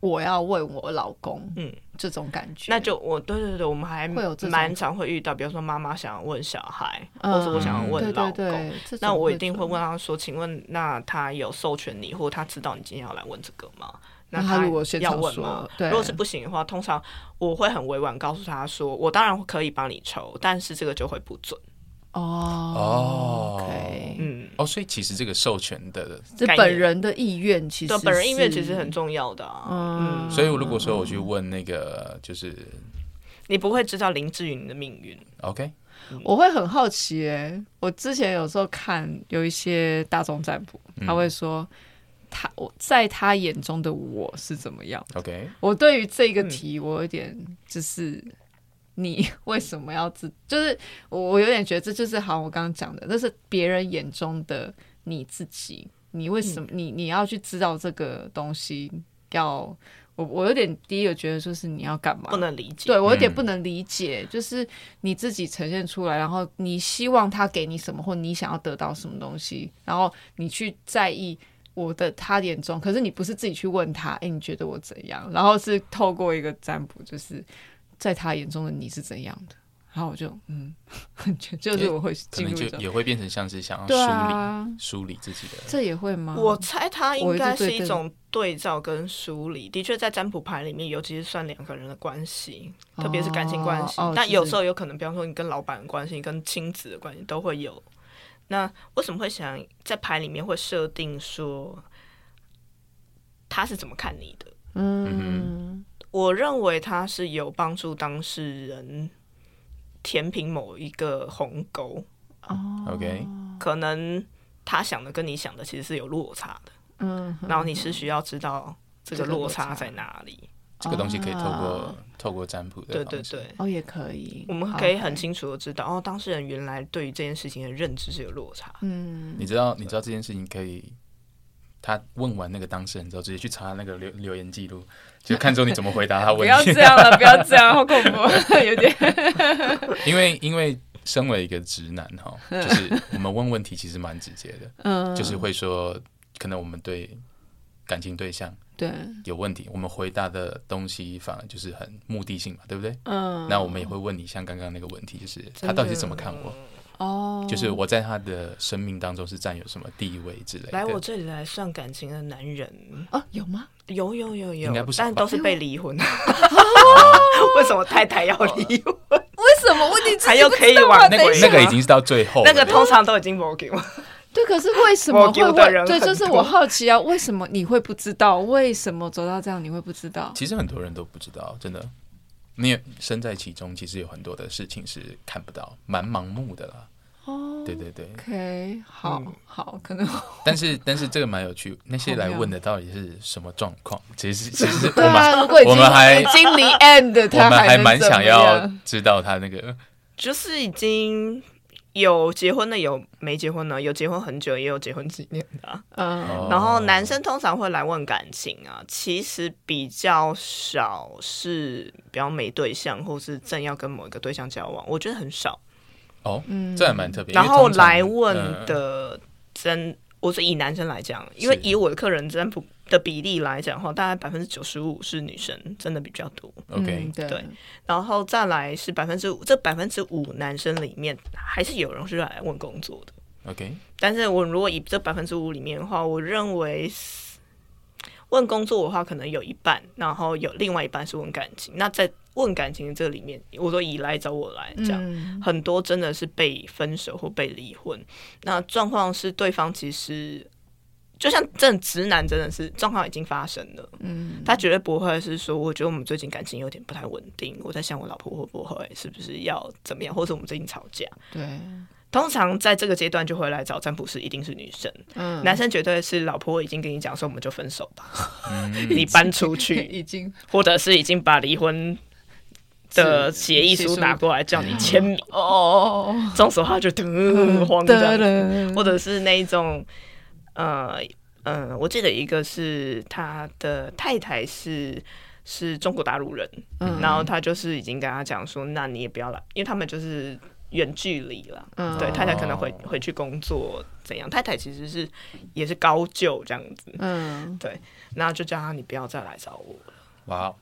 Speaker 3: 我要问我老公，
Speaker 1: 嗯，
Speaker 3: 这种感觉，
Speaker 1: 那就我对对对，我们还
Speaker 3: 会有这种
Speaker 1: 蛮常会遇到，比如说妈妈想要问小孩，
Speaker 3: 嗯
Speaker 1: 或者我想要
Speaker 3: 对
Speaker 1: 问老
Speaker 3: 对
Speaker 1: 公，
Speaker 3: 对，这
Speaker 1: 那
Speaker 3: 种
Speaker 1: 我一定会
Speaker 3: 准
Speaker 1: 问。他说：“请问，那他有授权你，或他知道你今天要来问这个吗？
Speaker 3: 那
Speaker 1: 他
Speaker 3: 如果现
Speaker 1: 要
Speaker 3: 场
Speaker 1: 问吗
Speaker 3: 说？，对，
Speaker 1: 如果是不行的话，通常我会很委婉告诉他说：我当然可以帮你抽，但是这个就会不准。
Speaker 3: 哦
Speaker 2: 哦
Speaker 3: OK
Speaker 1: 嗯，
Speaker 2: 哦，所以其实这个授权的，
Speaker 3: 这
Speaker 1: 概
Speaker 3: 本
Speaker 1: 念
Speaker 3: 人的意愿其实
Speaker 1: 对啊
Speaker 3: 是，，
Speaker 1: 本人意愿其实很重要的、啊。
Speaker 3: 嗯
Speaker 1: 嗯，
Speaker 2: 所以如果说我去问那个就是
Speaker 1: 你不会知道林志颖的命运。
Speaker 2: OK，
Speaker 3: 我会很好奇诶、我之前有时候看有一些大众占卜，他会说他我在他眼中的我是怎么样？
Speaker 2: OK，
Speaker 3: 我对于这个题，我有点就是你为什么要自，就是我我有点觉得这就是好，我刚刚讲的，那是别人眼中的你自己，你为什么、你你要去知道这个东西？要我我有点第一个觉得就是你要干嘛？
Speaker 1: 不能理解。
Speaker 3: 对我有点
Speaker 2: 嗯
Speaker 3: 不能理解，就是你自己呈现出来，然后你希望他给你什么，或你想要得到什么东西，然后你去在意我的他眼中，可是你不是自己去问他，哎，你觉得我怎样？然后是透过一个占卜，就是在他眼中的你是怎样的。然后我就嗯， *laughs* 就是我会
Speaker 2: 可
Speaker 3: 进
Speaker 2: 能
Speaker 3: 入
Speaker 2: 就
Speaker 3: 一种
Speaker 2: 也会变成像是想要梳
Speaker 3: 对
Speaker 2: 理、
Speaker 3: 啊
Speaker 2: 梳理自己的
Speaker 3: 这也会吗？
Speaker 1: 我猜他
Speaker 3: 我
Speaker 1: 应
Speaker 3: 一直
Speaker 1: 该
Speaker 3: 对
Speaker 1: 是一
Speaker 3: 对
Speaker 1: 种对照跟梳理，的确在占卜牌里面，尤其是算两个人的关系，特别是感情关系。
Speaker 3: 哦哦
Speaker 1: 但有时
Speaker 3: 就
Speaker 1: 候有可能，比方说你跟老板的关系、跟亲子的关系都会有。那为什么会想在牌里面会设定说他是怎么看你的？
Speaker 3: 嗯
Speaker 1: 我认为他是有帮助当事人填平某一个鸿沟，
Speaker 3: 哦
Speaker 2: OK，
Speaker 1: 可能他想的跟你想的其实是有落差的。
Speaker 3: 嗯，
Speaker 1: 然后你是需要知道这个
Speaker 3: 这个
Speaker 1: 落
Speaker 3: 落
Speaker 1: 差
Speaker 3: 差
Speaker 1: 在哪里。
Speaker 2: 这个东西可以透过
Speaker 3: 啊
Speaker 2: 透过占卜的
Speaker 1: 对
Speaker 2: 方
Speaker 1: 对
Speaker 2: 式
Speaker 1: 对，
Speaker 3: 哦也可以，
Speaker 1: 我们可以很
Speaker 3: OK
Speaker 1: 清楚的知道，哦，当事人原来对于这件事情的认知是有落差。
Speaker 3: 嗯
Speaker 2: 你知道，你知道这件事情可以，他问完那个当事人之后，直接去查那个留留言记录，就看出你怎么回答他
Speaker 3: *laughs* 不
Speaker 2: 问
Speaker 3: 要
Speaker 2: 题。
Speaker 3: 这样了，不要这样，好恐怖， *laughs* 有点。
Speaker 2: *laughs* 因为因为身为一个直男哈，就是我们问问题其实蛮直接的，
Speaker 3: *laughs* 嗯，
Speaker 2: 就是会说，可能我们对感情对象
Speaker 3: 对，
Speaker 2: 有问题，我们回答的东西反而就是很目的性嘛，对不对？
Speaker 3: 嗯，
Speaker 2: 那我们也会问你像刚刚那个问题，就是他到底是怎么看我？
Speaker 1: 嗯
Speaker 3: 哦，
Speaker 2: 就是我在他的生命当中是占有什么地位之类的。
Speaker 1: 来我这里来算感情的男人，
Speaker 3: 哦，有吗？
Speaker 1: 有有有
Speaker 2: 应该
Speaker 1: 有
Speaker 2: 不，少吧
Speaker 1: 但都是被离婚。
Speaker 2: *laughs*
Speaker 1: 为什么太太要离婚？
Speaker 2: 哦
Speaker 3: 为什么问题
Speaker 1: 还有可以往
Speaker 2: 那
Speaker 1: 等
Speaker 2: 个
Speaker 1: 一下
Speaker 2: 那个已经是到最后
Speaker 1: *laughs*
Speaker 2: 了，
Speaker 1: 那个通常都已经 o 给我。
Speaker 3: 对，可是为什么会
Speaker 1: 我丢的人
Speaker 3: 问？对，
Speaker 1: 很
Speaker 3: 就是
Speaker 1: 多
Speaker 3: 我好奇啊，为什么你会不知道？为什么走到这样你会不知道？
Speaker 2: 其实很多人都不知道，真的，你也身在其中，其实有很多的事情是看不到，蛮盲目的啦。
Speaker 3: 哦
Speaker 2: 对对对，
Speaker 3: ，OK，好好，可能
Speaker 2: 但是但是这个蛮有趣，那些来问的到底是什么状况？其实其实我
Speaker 3: 对
Speaker 2: 们
Speaker 3: 啊，如果已经
Speaker 2: 我们还
Speaker 3: 已经离 end，
Speaker 2: 我
Speaker 3: 他
Speaker 2: 们还
Speaker 3: 能
Speaker 2: 蛮
Speaker 3: 怎么
Speaker 2: 想要
Speaker 3: 样
Speaker 2: 知道他那个
Speaker 1: 就是已经有结婚的，有没结婚的，有结婚很久，也有结婚几年的啊、
Speaker 3: 嗯
Speaker 2: 哦
Speaker 1: 然后男生通常会来问感情啊，其实比较少是比方没对象，或是正要跟某一个对象交往，我觉得很少。
Speaker 2: 哦，
Speaker 3: 嗯
Speaker 2: 这还蛮特别。
Speaker 1: 然
Speaker 2: 因为嗯
Speaker 1: 后
Speaker 2: 通常
Speaker 1: 来问，的真，我是以男生来讲，因为
Speaker 2: 是
Speaker 1: 以我的客人占卜的比例来讲的话，大概百分之九十五是女生，真的比较多。
Speaker 2: OK，
Speaker 3: 嗯、对
Speaker 1: 对然后再来是百分之五，这百分之五男生里面还是有人是来问工作的。
Speaker 2: OK，
Speaker 1: 但是我如果以这百分之五里面的话，我认为是问工作的话，可能有一半，然后有另外一半是问感情。那在问感情的这里面，我说以来找我来这样，
Speaker 3: 嗯
Speaker 1: 很多真的是被分手或被离婚。那状况是对方其实就像这直男真的是状况已经发生了，
Speaker 3: 嗯，
Speaker 1: 他绝对不会是说，我觉得我们最近感情有点不太稳定，我在想我老婆会不会是不是要怎么样，或者我们最近吵架。
Speaker 3: 对，
Speaker 1: 通常在这个阶段就会来找占卜师，一定是女生，
Speaker 3: 嗯，
Speaker 1: 男生绝对是老婆已经跟你讲说我们就分手吧，
Speaker 3: 嗯
Speaker 1: *laughs* 你搬出去，
Speaker 3: *laughs* 已经
Speaker 1: 或者是已经把离婚的协议书拿过来叫你签名，
Speaker 3: 哦，
Speaker 1: 这种时候他就
Speaker 3: 嗯
Speaker 1: 噔慌这样子
Speaker 3: 的，
Speaker 1: 或者是那一种，呃呃，我记得一个是他的太太是是中国大陆人，
Speaker 3: 嗯
Speaker 1: 然后他就是已经跟他讲说，那你也不要来，因为他们就是远距离了，
Speaker 3: 嗯
Speaker 1: 对，太太可能回
Speaker 2: 哦
Speaker 1: 回去工作怎样，太太其实是也是高就这样子，
Speaker 3: 嗯，
Speaker 1: 对，然后就叫他你不要再来找我了，
Speaker 2: 哇哦，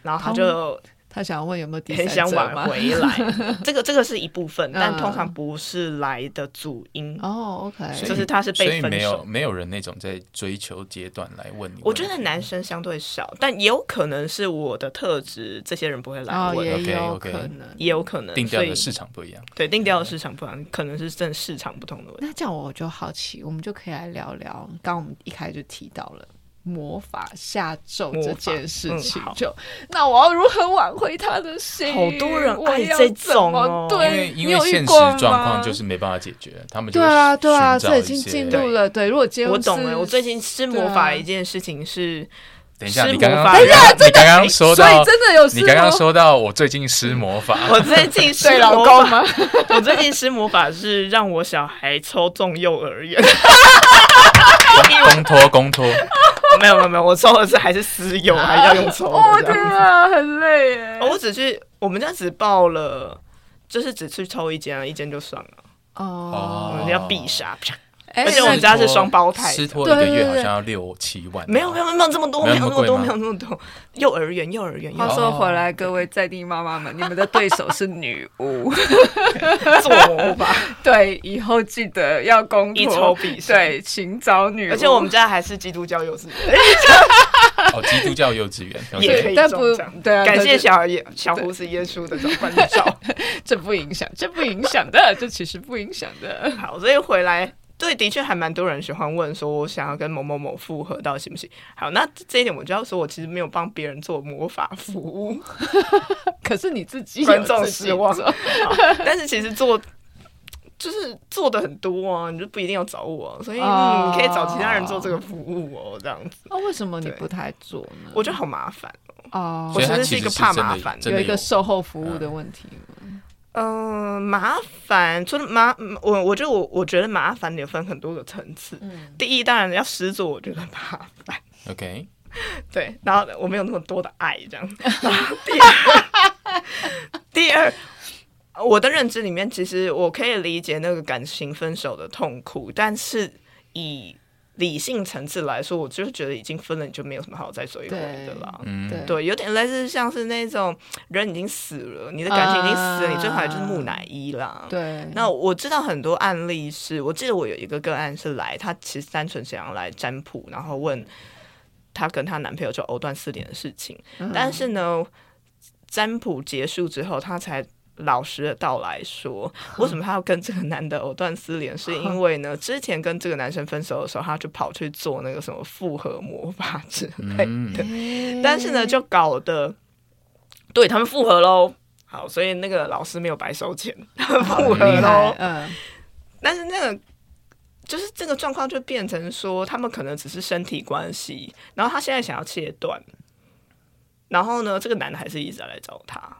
Speaker 1: 然后他就
Speaker 3: 他想要问有没有第
Speaker 1: 很
Speaker 3: 三
Speaker 1: 想
Speaker 3: 者吗
Speaker 1: 挽？回来，这个这个是一部分，但
Speaker 3: 嗯
Speaker 1: 通常不是来的主因。
Speaker 3: *laughs* 哦，OK，
Speaker 2: 所以
Speaker 1: 就是他是被
Speaker 2: 所以
Speaker 1: 分
Speaker 2: 没有
Speaker 1: 手
Speaker 2: 没有人那种在追求阶段来问你问题。
Speaker 1: 我觉得男生相对少，但也有可能是我的特质，这些人不会来
Speaker 3: 哦，
Speaker 1: 问，
Speaker 3: 也有
Speaker 2: OK，OK
Speaker 3: 可能。
Speaker 1: 也有可能
Speaker 2: 定调
Speaker 1: 所以
Speaker 2: 的市场嗯不一样。
Speaker 1: 对定调的市场不同，可能是正市场不同的问题。
Speaker 3: 那这样我就好奇，我们就可以来聊聊，刚刚我们一开始就提到了。魔法下咒
Speaker 1: 魔法
Speaker 3: 这件事情
Speaker 1: 嗯好
Speaker 3: 就，那我要如何挽回他的心？
Speaker 1: 好多人
Speaker 3: 我
Speaker 1: 爱
Speaker 3: 要
Speaker 1: 这
Speaker 3: 怎
Speaker 1: 种
Speaker 3: 么
Speaker 1: 哦
Speaker 2: 因
Speaker 3: 对，
Speaker 2: 为
Speaker 3: 你
Speaker 2: 因为
Speaker 3: 有遇
Speaker 2: 现实
Speaker 3: 过吗
Speaker 2: 状况就是没办法解决，他们就
Speaker 3: 对啊，
Speaker 2: 会
Speaker 3: 对啊，
Speaker 2: 寻找
Speaker 3: 这
Speaker 2: 一
Speaker 3: 已经
Speaker 2: 些
Speaker 3: 进入了。对，如果今天
Speaker 1: 我懂
Speaker 3: 是
Speaker 1: 了，我最近施魔
Speaker 3: 对
Speaker 1: 法
Speaker 3: 啊
Speaker 1: 一件事情
Speaker 2: *laughs*
Speaker 1: 是，
Speaker 2: 等一下，
Speaker 1: 施
Speaker 2: 你刚
Speaker 1: 魔
Speaker 2: 刚
Speaker 1: 法
Speaker 2: 你刚你刚刚说
Speaker 3: 所
Speaker 2: 到
Speaker 3: 以，真的有
Speaker 2: 你
Speaker 3: 试
Speaker 2: 刚刚
Speaker 3: 过
Speaker 2: 说到我最近施魔
Speaker 1: *laughs*
Speaker 2: 法，
Speaker 1: 我最近施
Speaker 3: 对老
Speaker 1: 魔
Speaker 3: 公
Speaker 1: 法，
Speaker 3: 吗？
Speaker 1: *laughs* 我最近施魔法是让我小孩抽中幼儿园， *laughs*
Speaker 2: 公托公托，
Speaker 1: 没有没有没有，我抽的是还是私幼，还要用抽
Speaker 3: 哦，
Speaker 1: 的这
Speaker 3: 天
Speaker 1: 样。哦
Speaker 3: 啊，很累耶。
Speaker 1: 我只去，我们家只报了，就是只去抽一间啊，一间就算了，我
Speaker 3: 哦，
Speaker 1: 们要必杀，啪
Speaker 3: 哎
Speaker 1: 而且我们家是双胞胎
Speaker 2: 施托
Speaker 3: 对
Speaker 2: 一
Speaker 3: 对
Speaker 2: 个
Speaker 3: 对
Speaker 2: 月好
Speaker 3: 对
Speaker 2: 像要六七万，
Speaker 1: 没有没有没有这么多，没
Speaker 2: 没
Speaker 1: 有那么
Speaker 2: 有那么
Speaker 1: 多，
Speaker 2: 贵吗
Speaker 1: 没有那么多。幼儿园，幼儿园，幼
Speaker 3: 话
Speaker 1: 儿
Speaker 3: 说
Speaker 2: 哦
Speaker 3: 回来，各位在地妈妈们，你们的对手是女
Speaker 1: *laughs*
Speaker 3: 巫，
Speaker 1: 园做魔法，
Speaker 3: *laughs* 对，以后记得要公
Speaker 1: 一筹
Speaker 3: 投，
Speaker 1: 必胜。，
Speaker 3: 对，请找女巫。
Speaker 1: 而且我们家还是基督教幼稚 *laughs* 园，
Speaker 2: *laughs* 哦，基督教幼稚园
Speaker 1: 也可
Speaker 3: 对
Speaker 1: 以，
Speaker 3: 但
Speaker 1: 中
Speaker 3: 不
Speaker 1: 奖
Speaker 3: 对啊，
Speaker 1: 感
Speaker 3: 可
Speaker 1: 谢
Speaker 3: 是
Speaker 1: 小耶小胡子耶稣的召唤照。 *laughs*
Speaker 3: 这不影响，这不影响的， *laughs* 这其实不影响的。
Speaker 1: 好，所以回来。对，的确还蛮多人喜欢问说，我想要跟某某某复合，到底行不行？好，那这一点我就要说，我其实没有帮别人做魔法服 *laughs* 务，
Speaker 3: 可是你自己有
Speaker 1: 观众
Speaker 3: 自己
Speaker 1: 失望
Speaker 3: 做。
Speaker 1: 但是其实做就是做的很多啊，你就不一定要找我啊、所以、
Speaker 3: 哦
Speaker 1: 嗯、你可以找其他人做这个服务哦，这样子
Speaker 3: 那为什么你
Speaker 1: 对
Speaker 3: 不太做呢？
Speaker 1: 我觉得好麻烦。
Speaker 3: 哦
Speaker 1: 我
Speaker 2: 所以他
Speaker 1: 其实
Speaker 2: 其
Speaker 1: 是一
Speaker 2: 实
Speaker 1: 个
Speaker 2: 是
Speaker 1: 怕
Speaker 2: 真
Speaker 1: 麻
Speaker 2: 的
Speaker 1: 烦
Speaker 2: 真
Speaker 3: 有
Speaker 2: 的
Speaker 3: 一个售后服务的问题吗
Speaker 1: 嗯，麻烦，除了麻，嗯我我觉得我我觉得麻烦有分很多个层次。第一，当然要狮子，我觉得麻烦，
Speaker 2: OK，
Speaker 1: 对。然后我没有那么多的爱，这样。然后第二， *laughs* 第二，我的认知里面，其实我可以理解那个感情分手的痛苦，但是以理性层次来说，我就觉得已经分了，你就没有什么好再追回的啦。
Speaker 2: 嗯，
Speaker 3: 对
Speaker 1: 对，有点类似像是那种人已经死了，你的感情已经死了，你最好就是木乃伊啦。。
Speaker 3: 啊对，
Speaker 1: 那我知道很多案例是，我记得我有一个个案是来，她其实单纯想要来占卜，然后问她跟她男朋友就藕断丝连的事情，
Speaker 3: 嗯
Speaker 1: 但是呢，占卜结束之后，她才。老实的道来说，为什么她要跟这个男的藕断丝连？是因为呢，之前跟这个男生分手的时候，她就跑去做那个什么复合魔法之类的。
Speaker 2: 嗯，
Speaker 1: 但是
Speaker 3: 嗯
Speaker 1: 呢，就搞得对他们复合喽。好，所以那个老师没有白收钱， *laughs* 复
Speaker 2: 很
Speaker 1: 合
Speaker 2: 厉
Speaker 1: 喽
Speaker 2: 害。
Speaker 3: 嗯，
Speaker 1: 但是那个就是这个状况就变成说，他们可能只是身体关系，然后他现在想要切断，然后呢，这个男的还是一直在来找他。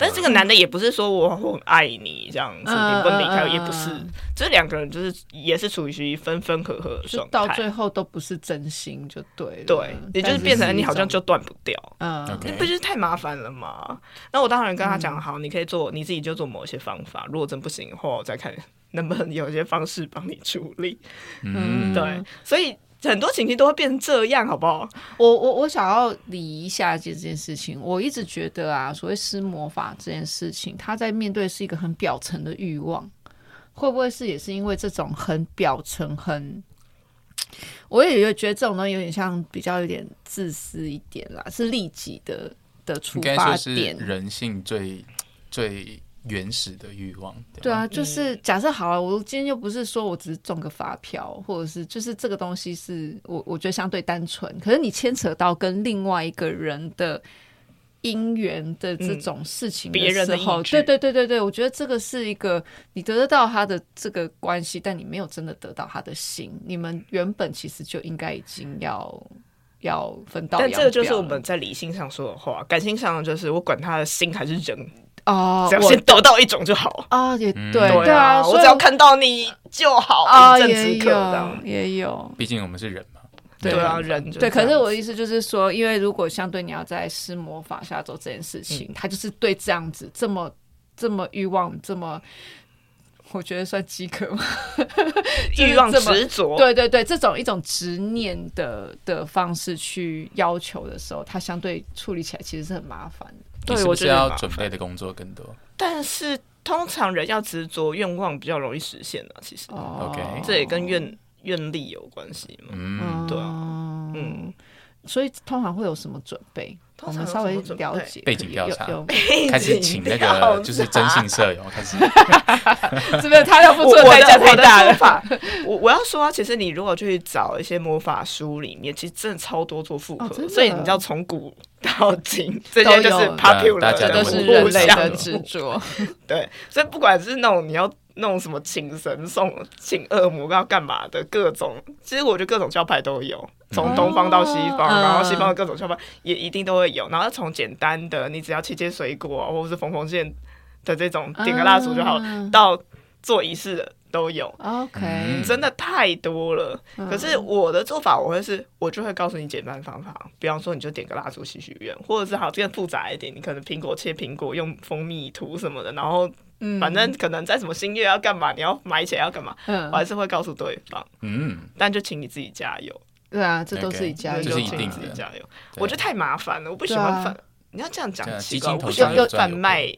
Speaker 1: 但是这个男的也不是说我我很爱你这样子，你不能离开我，也不是
Speaker 3: 嗯嗯嗯嗯。
Speaker 1: 这两个人就是也是处于分分合合的
Speaker 3: 就
Speaker 1: 状
Speaker 3: 到
Speaker 1: 态
Speaker 3: 最，后都不是真心，就对了。
Speaker 1: 对，也就是
Speaker 3: 但
Speaker 1: 变
Speaker 3: 是
Speaker 1: 成你
Speaker 3: 一
Speaker 1: 好像
Speaker 3: 种
Speaker 1: 就断不掉。
Speaker 3: 嗯
Speaker 2: OK
Speaker 1: 那不就是太麻烦了
Speaker 2: 嗯
Speaker 1: 吗？那我当然跟他讲，好，你可以做，你自己就做某些方法。如果真不行的话，我再看能不能有一些方式帮你处理？
Speaker 2: 嗯，
Speaker 1: 对，所以很多情境都会变成这样，好不好？
Speaker 3: 我我我想要理一下这件事情。我一直觉得啊，所谓施魔法这件事情，他在面对是一个很表层的欲望，会不会是也是因为这种很表层很？我也有觉得这种东西有点像比较有点自私一点啦，是利己的的出
Speaker 2: 应该
Speaker 3: 发
Speaker 2: 说是
Speaker 3: 点。
Speaker 2: 人性最最原始的欲望。
Speaker 3: 对
Speaker 2: 吧，
Speaker 3: 啊，就是
Speaker 1: 嗯
Speaker 3: 假设好了，我今天又不是说我只是中个发票，或者是就是这个东西是我我觉得相对单纯，可是你牵扯到跟另外一个人的姻缘的这种事情
Speaker 1: 嗯别人
Speaker 3: 时
Speaker 1: 的
Speaker 3: 候，
Speaker 1: 意志
Speaker 3: 对对对对对，我觉得这个是一个你得得到他的这个关系，但你没有真的得到他的心，你们原本其实就应该已经要要分道扬
Speaker 1: 但
Speaker 3: 镳
Speaker 1: 这
Speaker 3: 了，
Speaker 1: 个就是我们在理性上说的话，感性上就是我管他的心还是人，
Speaker 3: 哦，
Speaker 1: 只要
Speaker 3: 我
Speaker 1: 先得到一种就好。
Speaker 3: 啊也
Speaker 2: 嗯
Speaker 3: 对
Speaker 2: 对
Speaker 3: 对啊，
Speaker 1: 我
Speaker 3: 所以
Speaker 1: 只要看到你就好，
Speaker 3: 啊
Speaker 1: 一阵
Speaker 3: 也
Speaker 1: 子刻这样
Speaker 3: 有。也有。
Speaker 2: 毕竟我们是人嘛。
Speaker 1: 对
Speaker 3: 对
Speaker 1: 啊，人就
Speaker 3: 对，
Speaker 1: 这
Speaker 3: 可
Speaker 1: 样
Speaker 3: 是我的意思就是说，因为如果相对你要在施魔法下做这件事
Speaker 1: 嗯
Speaker 3: 情，他就是对这样子这么这么欲望这么，我觉得算饥渴吗？就是
Speaker 1: 欲望
Speaker 3: 这么
Speaker 1: 执着，
Speaker 3: *laughs* 对对对，这种一种执念的的方式去要求的时候，他相对处理起来其实是很麻烦的。
Speaker 1: 对
Speaker 2: 你是不
Speaker 1: 我
Speaker 2: 是
Speaker 1: 觉得很
Speaker 2: 要
Speaker 1: 麻
Speaker 2: 准备
Speaker 1: 烦
Speaker 2: 的工作更多？
Speaker 1: 但是通常人要执着愿望比较容易实现的、其实、
Speaker 3: 哦
Speaker 2: OK
Speaker 1: 这也跟愿愿力有关系嘛。
Speaker 2: 嗯，
Speaker 1: 对啊
Speaker 3: 啊，
Speaker 1: 嗯，
Speaker 3: 所以通常会有什么准备？我
Speaker 1: 通常
Speaker 3: 们
Speaker 1: 有
Speaker 3: 稍微
Speaker 1: 什么准备
Speaker 3: *laughs* 了解
Speaker 2: 背景调查
Speaker 3: 有
Speaker 1: *laughs*
Speaker 3: 有
Speaker 2: 开始请 *laughs* 那个就是真 *laughs* 性舍友开始。
Speaker 3: 是不是他要付
Speaker 1: 我
Speaker 3: 出
Speaker 1: 我
Speaker 3: 代价
Speaker 1: 的
Speaker 3: 太
Speaker 1: 我
Speaker 3: 大
Speaker 1: 的
Speaker 3: 了
Speaker 1: 说？法， *laughs* 我我要说啊，其实你如果去找一些魔法书里面，其实真的超多做复合，
Speaker 3: 哦真的
Speaker 1: 所以你知道从古到今，这
Speaker 3: 都
Speaker 1: 些就是
Speaker 3: 有
Speaker 1: popular，
Speaker 2: 大家
Speaker 3: 这
Speaker 1: 的
Speaker 3: 都
Speaker 2: 都
Speaker 3: 是
Speaker 1: 互
Speaker 3: 人类
Speaker 1: 相
Speaker 3: 的执着。
Speaker 1: 对，所以不管是那种你要弄什么请神送、请恶魔要干嘛的各种，其实我觉得各种教派都有，从东方到西方，
Speaker 3: 嗯哦
Speaker 1: 然后西方的各种教派也一定都会有。然后从简单的，你只要切切水果或者是缝缝线的这种点个蜡烛就好了，
Speaker 3: 嗯
Speaker 1: 到做仪式的都有。
Speaker 3: OK，
Speaker 2: 嗯
Speaker 1: 真的太多了，
Speaker 3: 嗯
Speaker 1: 可是我的做法，我会是，我就会告诉你简单的方法，比方说你就点个蜡烛许许愿，或者是好更复杂一点，你可能苹果切苹果，用蜂蜜涂什么的，然后
Speaker 3: 嗯
Speaker 1: 反正可能在什么新月要干嘛，你要买起来要干嘛，
Speaker 3: 嗯
Speaker 1: 我，还是会告诉对方，
Speaker 2: 嗯，
Speaker 1: 但就请你自己加油，
Speaker 3: 对啊，这都
Speaker 2: OK，
Speaker 3: 是一家
Speaker 2: 这
Speaker 1: 对
Speaker 3: 人
Speaker 2: 是
Speaker 1: 就
Speaker 2: 一
Speaker 1: 请
Speaker 2: 定
Speaker 1: 你
Speaker 2: 的
Speaker 1: 自己加油。
Speaker 2: 对
Speaker 1: 我觉得太麻烦了，我不喜
Speaker 3: 对啊
Speaker 1: 欢贩，你要这样讲
Speaker 2: 对啊
Speaker 1: 奇怪，
Speaker 2: 基金
Speaker 1: 我
Speaker 2: 投
Speaker 1: 不喜欢
Speaker 3: 资有
Speaker 2: 赚
Speaker 1: 贩
Speaker 2: 有亏
Speaker 1: 卖，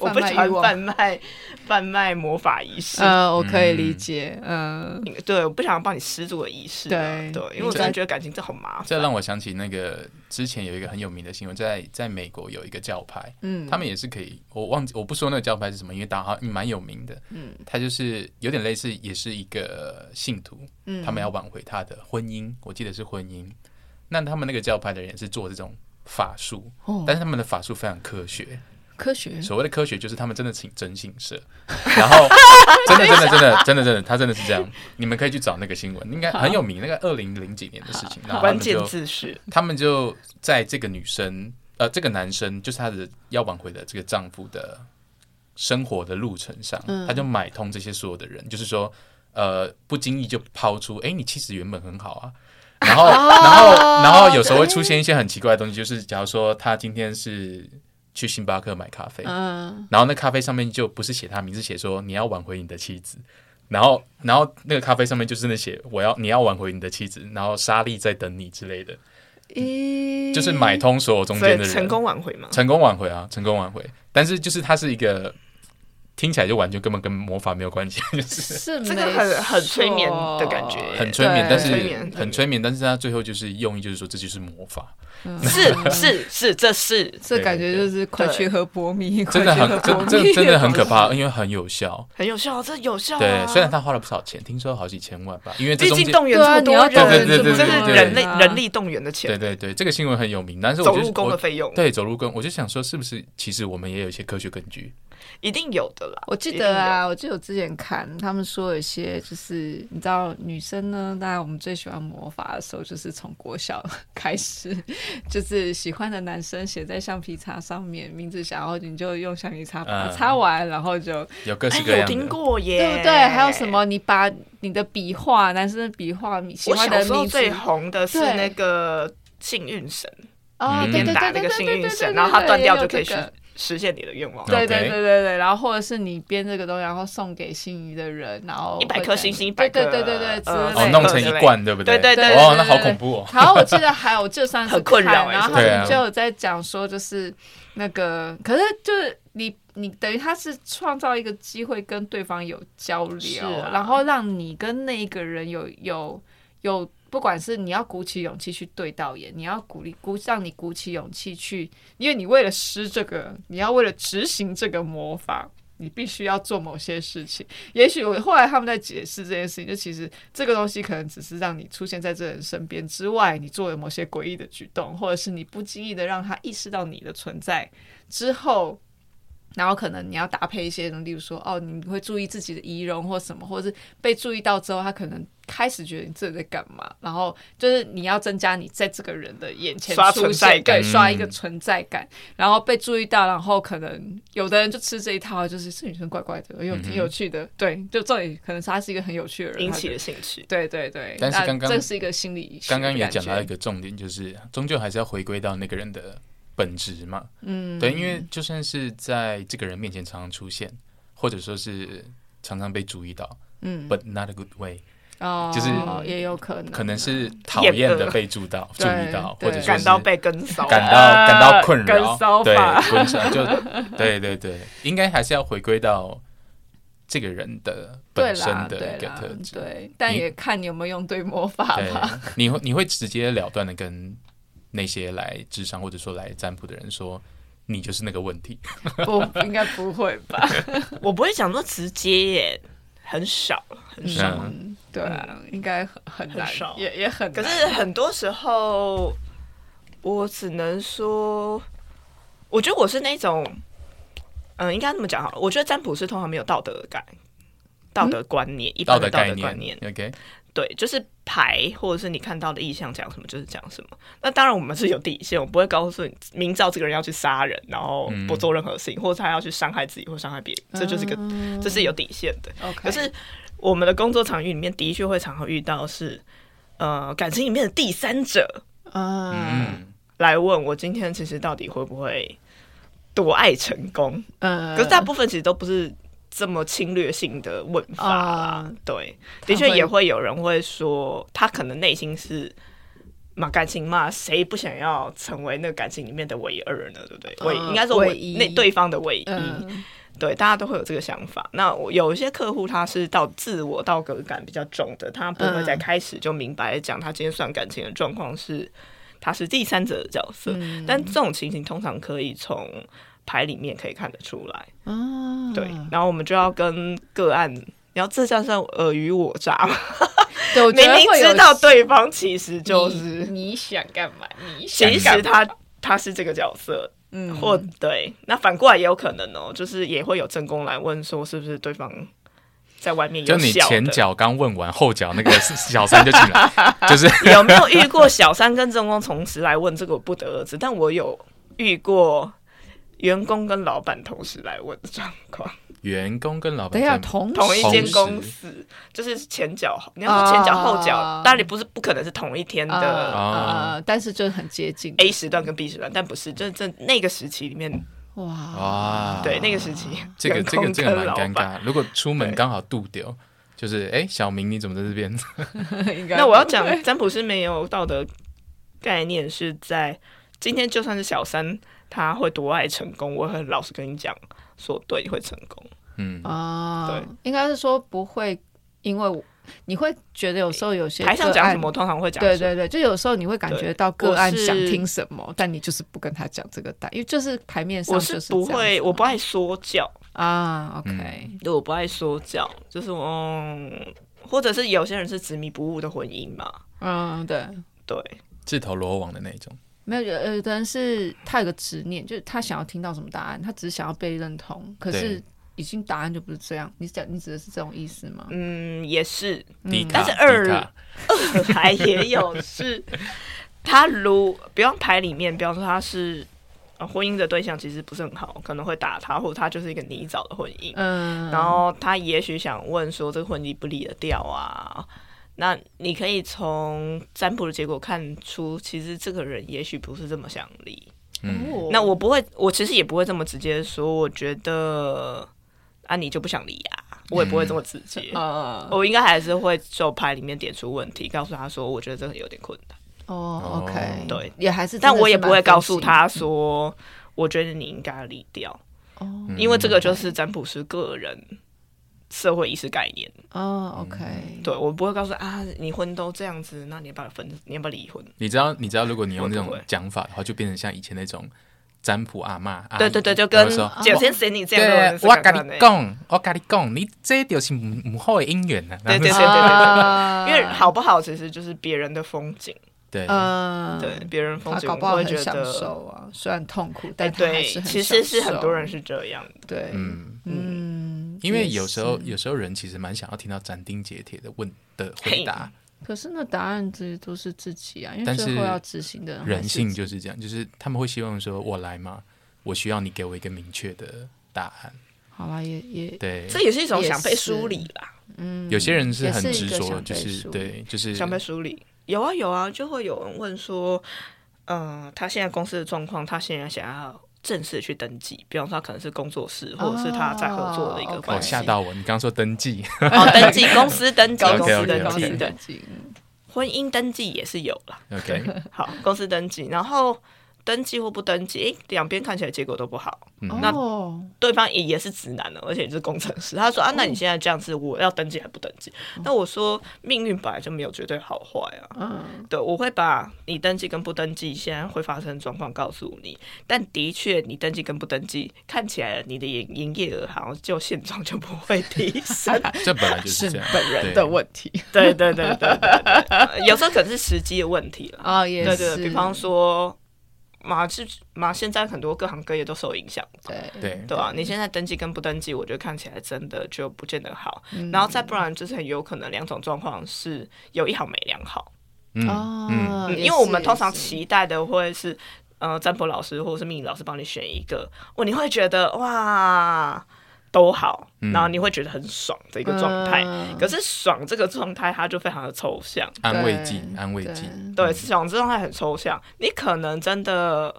Speaker 1: 我
Speaker 3: 贩
Speaker 1: 不
Speaker 3: 卖
Speaker 1: 喜
Speaker 3: 欲
Speaker 1: 欢
Speaker 3: 望
Speaker 1: 贩卖贩卖魔法仪式。
Speaker 3: 呃，我可以
Speaker 2: 嗯
Speaker 3: 理解，嗯，
Speaker 1: 对，我不想帮你施这个仪式啊、
Speaker 3: 对
Speaker 1: 对，因为
Speaker 3: 应
Speaker 1: 我真
Speaker 3: 该
Speaker 1: 的觉得感情这很麻
Speaker 2: 这
Speaker 1: 烦。
Speaker 2: 让我想起那个之前有一个很有名的新闻，在在美国有一个教派，
Speaker 3: 嗯
Speaker 2: 他们也是可以，我忘记我不说那个教派是什么，因为打好蛮有名的，嗯，他就是有点类似，也是一个信徒，
Speaker 3: 嗯
Speaker 2: 他们要挽回他的婚姻，我记得是婚姻。那他们那个教派的人也是做这种法术，
Speaker 3: 哦
Speaker 2: 但是他们的法术非常科学。
Speaker 3: 科学
Speaker 2: 所谓的科学就是他们真的请真信社，然后真的真的真的真的真的，他真的是这样。你们可以去找那个新闻，应该很有名，那个二零零几年的事情。然后他
Speaker 1: 关
Speaker 2: 们
Speaker 1: 键
Speaker 2: 就
Speaker 1: 字是
Speaker 2: 他们就在这个女生，呃，这个男生就是她的要挽回的这个丈夫的生活的路程上，他就买通这些所有的人，就是说，呃，不经意就抛出，哎、你其实原本很好啊。然后，然后，然后有时候会出现一些很奇怪的东西，就是假如说他今天是去星巴克买咖啡，
Speaker 3: 嗯，
Speaker 2: 然后那咖啡上面就不是写他名字，写说你要挽回你的妻子。然后，然后那个咖啡上面就真的写我要你要挽回你的妻子，然后莎莉在等你之类的，
Speaker 3: 咦，
Speaker 2: 就是买通所有中
Speaker 1: 所
Speaker 2: 间
Speaker 1: 以
Speaker 2: 的人，
Speaker 1: 成功挽回嘛？
Speaker 2: 成功挽回啊，成功挽回。但是就是它是一个听起来就完全根本跟魔法没有关系， *laughs* 就是
Speaker 3: 是
Speaker 1: 这个
Speaker 3: 没
Speaker 1: 很很催眠
Speaker 3: 错
Speaker 1: 的感觉
Speaker 2: 很催眠，
Speaker 3: 对
Speaker 2: 但是
Speaker 1: 催眠
Speaker 2: 很催眠，但是它最后就是用意就是说这就是魔法， *laughs*
Speaker 1: 是是是，这是
Speaker 3: 嗯 *laughs* 这感觉就是快
Speaker 1: 对
Speaker 3: 去喝波蜜，
Speaker 2: 真的
Speaker 3: 快去
Speaker 2: 很
Speaker 3: 喝波
Speaker 2: 真
Speaker 3: 蜜
Speaker 2: 真真的很可怕，因为很有效。
Speaker 1: 很有效，这有效、啊。
Speaker 2: 对，虽然他花了不少钱，听说好几千万吧，因为这
Speaker 1: 毕
Speaker 2: 中
Speaker 1: 竟
Speaker 2: 间。
Speaker 1: 动员
Speaker 3: 对啊
Speaker 1: 这么多
Speaker 3: 你
Speaker 1: 人，
Speaker 2: 动
Speaker 3: 要
Speaker 2: 员这么
Speaker 1: 这
Speaker 2: 多
Speaker 1: 是
Speaker 2: 人
Speaker 1: 人类
Speaker 3: 啊
Speaker 1: 人力动员的钱
Speaker 2: 对，对对，这个新闻很有名，但是我
Speaker 1: 走
Speaker 2: 就
Speaker 1: 入
Speaker 2: 是
Speaker 1: 工的
Speaker 2: 我
Speaker 1: 费用
Speaker 2: 对走入宫，我就想说，是不是其实我们也有一些科学根据？
Speaker 1: 一定有的啦。
Speaker 3: 我记
Speaker 1: 一定
Speaker 3: 得啊，我记得我之前看他们说有些就是你知道女生呢，当然我们最喜欢魔法的时候就是从国小 *laughs* 开始，就是喜欢的男生写在橡皮擦上面名字，然后你就用橡皮擦把它
Speaker 2: 嗯
Speaker 3: 擦完，然后就
Speaker 2: 有各
Speaker 1: 有，哎
Speaker 2: 式各，
Speaker 1: 有
Speaker 2: 样的。
Speaker 1: 听过耶，
Speaker 3: 对不对？还有什？么？你把你的笔画，男生的笔画，你喜
Speaker 1: 我
Speaker 3: 欢
Speaker 1: 小
Speaker 3: 的
Speaker 1: 时候
Speaker 3: 名字
Speaker 1: 最红的是
Speaker 3: 对
Speaker 1: 那个幸运神，
Speaker 3: 啊，
Speaker 2: 嗯
Speaker 3: 对对对
Speaker 1: 打
Speaker 3: 对
Speaker 1: 那个
Speaker 3: 哦对
Speaker 1: 幸
Speaker 3: 对
Speaker 1: 运
Speaker 3: 对
Speaker 1: 绳
Speaker 3: 对
Speaker 1: 然后它
Speaker 3: 对
Speaker 1: 断掉
Speaker 3: 也有
Speaker 1: 就可以
Speaker 3: 这个
Speaker 1: 实现你的愿望。
Speaker 2: OK
Speaker 3: 对对对对对，然后或者是你编这个东西，然后送给心仪的人，然后
Speaker 1: 100
Speaker 3: 会
Speaker 1: 颗星星
Speaker 3: 对
Speaker 1: 100
Speaker 3: 对
Speaker 1: 颗
Speaker 3: 对对对之
Speaker 1: 呃
Speaker 3: 类的。
Speaker 2: 哦，弄成一罐，对不
Speaker 1: 对对对
Speaker 2: 哦，
Speaker 3: 对
Speaker 2: 那好
Speaker 3: 对
Speaker 2: 恐怖哦。
Speaker 3: 然后我记得还有就算是
Speaker 1: 很困扰
Speaker 3: 看
Speaker 1: 欸
Speaker 3: 然后
Speaker 1: 是
Speaker 3: 他
Speaker 2: 吧对
Speaker 3: 们
Speaker 2: 啊
Speaker 3: 就有在讲说，就是那个，可是就是你你等于他是创造一个机会跟对方有交
Speaker 1: 是
Speaker 3: 流，
Speaker 1: 啊
Speaker 3: 然后让你跟那一个人有有有，不管是你要鼓起勇气去对到眼，你要鼓励鼓让你鼓起勇气去，因为你为了施这个，你要为了执行这个魔法。你必须要做某些事情，也许我后来他们在解释这件事情，就其实这个东西可能只是让你出现在这人身边之外，你做了某些诡异的举动，或者是你不经意的让他意识到你的存在之后，然后可能你要搭配一些，例如说哦，你会注意自己的仪容或什么，或者是被注意到之后，他可能开始觉得你自己在干嘛，然后就是你要增加你在这个人的眼前
Speaker 1: 刷
Speaker 3: 出
Speaker 1: 存在
Speaker 3: 现
Speaker 1: 感
Speaker 3: 对，刷一个
Speaker 2: 嗯
Speaker 3: 存在感，然后被注意到，然后可能有的人就吃这一套，就是这女生怪怪的，又
Speaker 2: 嗯
Speaker 3: 挺有趣的，对，就这里可能是她是一个很有趣的人，
Speaker 1: 引
Speaker 3: 她
Speaker 1: 起
Speaker 3: 就
Speaker 1: 了兴趣。
Speaker 3: 对对对，
Speaker 2: 但是
Speaker 3: 那
Speaker 2: 刚刚
Speaker 3: 这是一个心理，
Speaker 2: 刚刚也讲到一，个重点，就是终究还是要回归到那个人的本质嘛。
Speaker 3: 嗯，
Speaker 2: 对，因为就算是在这个人面前常常出现，或者说是常常被注意到
Speaker 3: 嗯，
Speaker 2: ，but not a good way，
Speaker 3: 哦，
Speaker 2: 就是
Speaker 3: 也有可能，
Speaker 2: 可能是讨厌的被注到、注
Speaker 3: 对
Speaker 2: 意到，或
Speaker 3: 对
Speaker 2: 者说
Speaker 1: 感
Speaker 2: 是
Speaker 1: 到被跟骚，
Speaker 2: 感到感到困扰，
Speaker 3: 啊跟骚
Speaker 2: 对
Speaker 3: 法，
Speaker 2: 跟骚就 *laughs* 对对对，应该还是要回归到这个人的
Speaker 3: 对
Speaker 2: 本身
Speaker 3: 啦，
Speaker 2: 的
Speaker 3: 对
Speaker 2: 一个
Speaker 3: 啦
Speaker 2: 特，质。
Speaker 3: 对，但
Speaker 2: 你
Speaker 3: 也看你有没有用对魔法
Speaker 2: 对
Speaker 3: 吧。，
Speaker 2: 你会你会直截了当的跟那些来智商或者说来占卜的人说，你就是那个问题。
Speaker 3: 不，应该不会
Speaker 2: *laughs*
Speaker 3: 吧？
Speaker 1: 我不会讲说直接耶，很少很少。
Speaker 2: *laughs* 嗯，
Speaker 3: 嗯，对啊，应该很很难
Speaker 1: 很少，
Speaker 3: 也也很
Speaker 1: 可
Speaker 3: 难。
Speaker 1: 是很多时候，我只能说，我觉得我是那种，嗯，应该这么讲好了。我觉得占卜师通常没有道德感、道德观念，一般
Speaker 2: 嗯道
Speaker 1: 的
Speaker 2: 德
Speaker 1: 道
Speaker 2: 概
Speaker 1: 德观
Speaker 2: 念
Speaker 1: 念，
Speaker 2: ，OK，
Speaker 1: 对，就是牌或者是你看到的意象讲什么就是讲什么。那当然我们是有底线，我不会告诉你明知道这个人要去杀人，然后不
Speaker 2: 嗯
Speaker 1: 做任何事情，或者他要去伤害自己或伤害别人，这就是个、
Speaker 2: 嗯
Speaker 1: 这是有底线的。
Speaker 3: OK，
Speaker 1: 可是我们的工作场域里面的确会常常遇到是，呃，感情里面的第三者
Speaker 3: 嗯
Speaker 2: 嗯，
Speaker 1: 来问我今天其实到底会不会多爱成功？
Speaker 3: 嗯，
Speaker 1: 可是大部分其实都不是这么侵略性的问法啦。
Speaker 3: 啊
Speaker 1: 对，
Speaker 3: 他
Speaker 1: 的确
Speaker 3: 会
Speaker 1: 也会有人会说，他可能内心是。嘛，感情嘛，谁不想要成为那个感情里面的唯二呢？对不对？
Speaker 3: 嗯
Speaker 1: 唯、应该说唯
Speaker 3: 唯一
Speaker 1: 那对方的唯一，
Speaker 3: 嗯
Speaker 1: 对，大家都会有这个想法。那我有一些客户他是到自我道德感比较重的，他不会在
Speaker 3: 嗯
Speaker 1: 开始就明白地讲他今天算感情的状况是他是第三者的角色，
Speaker 3: 嗯
Speaker 1: 但这种情形通常可以从牌里面可以看得出来。
Speaker 3: 啊，
Speaker 1: 对，然后我们就要跟个案。然后这叫算尔虞我诈吗？
Speaker 3: 对，我觉
Speaker 1: 明
Speaker 3: 得
Speaker 1: 明
Speaker 3: 会有
Speaker 1: 知道对方其实就是，
Speaker 3: 你想干嘛？你想
Speaker 1: 其实他他是这个角色，
Speaker 3: 嗯
Speaker 1: 或对，那反过来也有可能哦，就是也会有正宫来问说，是不是对方在外面
Speaker 2: 就
Speaker 1: 有
Speaker 2: 你
Speaker 1: 小
Speaker 2: 前
Speaker 1: 的？
Speaker 2: 脚刚问完，后脚那个小三就进来，
Speaker 1: *laughs*
Speaker 2: 就是
Speaker 1: *laughs* 有没有遇过小三跟正宫同时来问这个？我不得而知。但我有遇过员工跟老板同时来问的状况，员
Speaker 2: 员工跟老板
Speaker 3: 等一下
Speaker 2: 在
Speaker 3: 同
Speaker 1: 同一间
Speaker 2: 时
Speaker 1: 公司就是前脚，你要说前脚后脚
Speaker 3: 啊，
Speaker 1: 当然不是不可能是同一天
Speaker 3: 啊
Speaker 1: 的
Speaker 2: 哦
Speaker 1: 哎
Speaker 3: 啊，但是就是很接近
Speaker 1: A 时段跟 B 时段，但不是，就是这那个时期里面，
Speaker 3: 哇，
Speaker 1: *laughs*
Speaker 2: 哇，
Speaker 1: 啊对那个时期，
Speaker 2: 啊这个
Speaker 1: 员
Speaker 2: 这
Speaker 1: 工
Speaker 2: 个这个
Speaker 1: 跟
Speaker 2: 蛮
Speaker 1: 老
Speaker 2: 尴
Speaker 1: 板。
Speaker 2: 尬。如果出门
Speaker 1: 对
Speaker 2: 刚好度掉，就是哎，诶小明你怎么在这边？ *laughs*
Speaker 3: 应该
Speaker 1: 那我要讲占卜师没有道德概念，是在今天就算是小三，他会多爱成功，我很老实跟你讲，说对你会成功。
Speaker 2: 嗯，
Speaker 3: 啊，
Speaker 1: 对，
Speaker 3: 应该是说不会，因为我你会觉得有时候有些
Speaker 1: 台上
Speaker 3: 个
Speaker 1: 讲
Speaker 3: 案
Speaker 1: 什么，我通常会讲
Speaker 3: 对
Speaker 1: 什么
Speaker 3: 对对，就有时候你会感
Speaker 1: 对
Speaker 3: 觉到个案
Speaker 1: 我是
Speaker 3: 想听什么，但你就是不跟他讲这个答，因为就是牌面上
Speaker 1: 我
Speaker 3: 就是是
Speaker 1: 不
Speaker 3: 这样
Speaker 1: 会，
Speaker 3: 子
Speaker 1: 我不爱说教，
Speaker 3: 啊，OK，
Speaker 1: 对，我不爱说教，就是我、嗯或者是有些人是执迷不悟的婚姻嘛，
Speaker 3: 嗯，对，
Speaker 1: 对，
Speaker 2: 自投罗网的那种。
Speaker 3: 没有，有有的人是他有个执念，就是他想要听到什么答案，他只是想要被认同，可是
Speaker 2: 对
Speaker 3: 已经答案就不是这样。你讲你指的是这种意思吗？
Speaker 1: 嗯，也是，
Speaker 2: 迪卡，
Speaker 1: 但是二
Speaker 2: 迪卡
Speaker 1: 二牌也有是，他如比方牌里面，比方说他是、呃婚姻的对象其实不是很好，可能会打他，或者他就是一个泥沼的婚姻。
Speaker 3: 嗯，
Speaker 1: 然后他也许想问说，这个婚姻不离得掉啊？那你可以从占卜的结果看出，其实这个人也许不是这么想离。
Speaker 3: 哦
Speaker 2: 嗯
Speaker 1: 那我不会，我其实也不会这么直接说，我觉得啊你就不想理啊，我也不会这么直 *laughs* 接。
Speaker 3: 呃
Speaker 1: 我应该还是会就牌里面点出问题，告诉他说，我觉得这个有点困难，
Speaker 3: 哦，OK，
Speaker 1: 对，
Speaker 3: 也还是，
Speaker 1: 但我也不会告诉，他说，我觉得你应该离掉，
Speaker 3: 哦
Speaker 1: 因为这个就是占卜师个人社会意识概念。
Speaker 3: 哦，OK，
Speaker 1: 嗯对我不会告诉啊，你婚都这样子，那你要不要分？你要不要离婚？
Speaker 2: 你知道，你知道，如果你用这
Speaker 1: 我不
Speaker 2: 种
Speaker 1: 会
Speaker 2: 讲法的话，就变成像以前那种占卜啊阿嬷。阿
Speaker 1: 对
Speaker 2: 姨
Speaker 1: 对对，就
Speaker 2: 然
Speaker 1: 跟
Speaker 2: 后说哦
Speaker 1: 姐先谁你这样的
Speaker 2: 对
Speaker 1: 人，是
Speaker 2: 我
Speaker 1: 尴
Speaker 2: 跟
Speaker 1: 尬的
Speaker 2: 你讲，我跟你讲，你这就是唔唔好的姻缘呐。
Speaker 1: 对对对
Speaker 2: 然后
Speaker 1: 对对
Speaker 3: 啊
Speaker 1: 对，因为好不好其实就是别人的风景，
Speaker 2: 对，
Speaker 3: 嗯，
Speaker 1: 对别人风
Speaker 3: 他
Speaker 1: 景，
Speaker 3: 搞不
Speaker 1: 我
Speaker 3: 好
Speaker 1: 会
Speaker 3: 很
Speaker 1: 觉
Speaker 3: 享
Speaker 1: 得，
Speaker 3: 受啊，虽然痛苦，
Speaker 1: 哎，
Speaker 3: 但他还
Speaker 1: 对
Speaker 3: 是，很
Speaker 1: 其实
Speaker 3: 享
Speaker 1: 是很
Speaker 3: 受
Speaker 1: 多人是这样的，
Speaker 3: 对，
Speaker 2: 嗯，
Speaker 3: 嗯，
Speaker 2: 因为
Speaker 3: 也
Speaker 2: 有时候
Speaker 3: 是
Speaker 2: 有时候人其实蛮想要听到斩钉截铁的问的回答，
Speaker 3: 可是那答案这些都是自己啊，因为
Speaker 2: 但
Speaker 3: 最
Speaker 2: 是
Speaker 3: 后要执行
Speaker 1: 嗯
Speaker 3: 的还
Speaker 2: 人
Speaker 3: 是
Speaker 2: 性
Speaker 3: 自己
Speaker 2: 就是这样，就是他们会希望说，我来嘛，我需要你给我一个明确的答案。
Speaker 3: 好啦，也也
Speaker 2: 对，
Speaker 1: 这也是一种想被
Speaker 3: 也是
Speaker 1: 梳理啦，
Speaker 3: 嗯，
Speaker 2: 有些人是
Speaker 3: 也
Speaker 2: 很
Speaker 3: 是一
Speaker 2: 执
Speaker 3: 个
Speaker 2: 着，
Speaker 3: 想
Speaker 2: 就
Speaker 3: 被
Speaker 2: 是
Speaker 3: 梳
Speaker 2: 对，就是
Speaker 1: 想被梳理。有啊有啊，就会有人问说，呃，他现在公司的状况，他现在想要正式去登记，比方说他可能是工作室，或者是他在合作的一个
Speaker 3: 哦
Speaker 2: 哦
Speaker 1: 关系，
Speaker 2: 吓到我，你刚刚说登记， *laughs*
Speaker 1: 哦，登记公司登记，公司
Speaker 2: OK，OK，OK
Speaker 1: 登记，对
Speaker 3: 的，嗯
Speaker 1: 婚姻登记也是有啦。
Speaker 3: *laughs*
Speaker 2: OK，
Speaker 1: 好，公司登记，
Speaker 2: 嗯
Speaker 1: 然后登记或不登记，诶，两边看起来结果都不好。
Speaker 2: 嗯
Speaker 1: 那
Speaker 3: 哦，
Speaker 1: 对方也也是直男的，而且也是工程师。他说啊，那你现在这样子，我要登记还不登记？
Speaker 2: 嗯
Speaker 1: 那我说命运本来就没有绝对好坏啊。
Speaker 3: 嗯，
Speaker 1: 对，我会把你登记跟不登记现在会发生的状况告诉你，但的确你登记跟不登记，看起来你的营营业额好像就现状就不会提
Speaker 3: *laughs*
Speaker 1: 升。
Speaker 2: 这本来就是这样，
Speaker 3: 本人的问题
Speaker 1: 对对对对对对对，有时候可能是时机的问题啦。
Speaker 3: 啊，也
Speaker 1: 对
Speaker 3: 是
Speaker 1: 对，比方说马是马，现在很多各行各业都受影响，
Speaker 3: 对
Speaker 2: 对对
Speaker 1: 对吧、你现在登记跟不登记，我觉得看起来真的就不见得好。
Speaker 3: 嗯
Speaker 1: 然后再不然就是很有可能两种状况是有一好没两好，
Speaker 2: 嗯嗯，
Speaker 3: 哦，
Speaker 1: 嗯
Speaker 3: 也
Speaker 1: 因为我
Speaker 3: 是
Speaker 1: 们通常
Speaker 3: 也是
Speaker 1: 期待的会是。呃，占卜老师或者是命理老师帮你选一个，哦，你会觉得哇都好，
Speaker 2: 嗯
Speaker 1: 然后你会觉得很爽的一个状态。
Speaker 3: 嗯
Speaker 1: 可是爽这个状态，它就非常的抽象。
Speaker 2: 安慰剂
Speaker 3: 对，
Speaker 2: 安慰剂，
Speaker 3: 嗯
Speaker 1: 对，市场这状态很抽象，你可能真的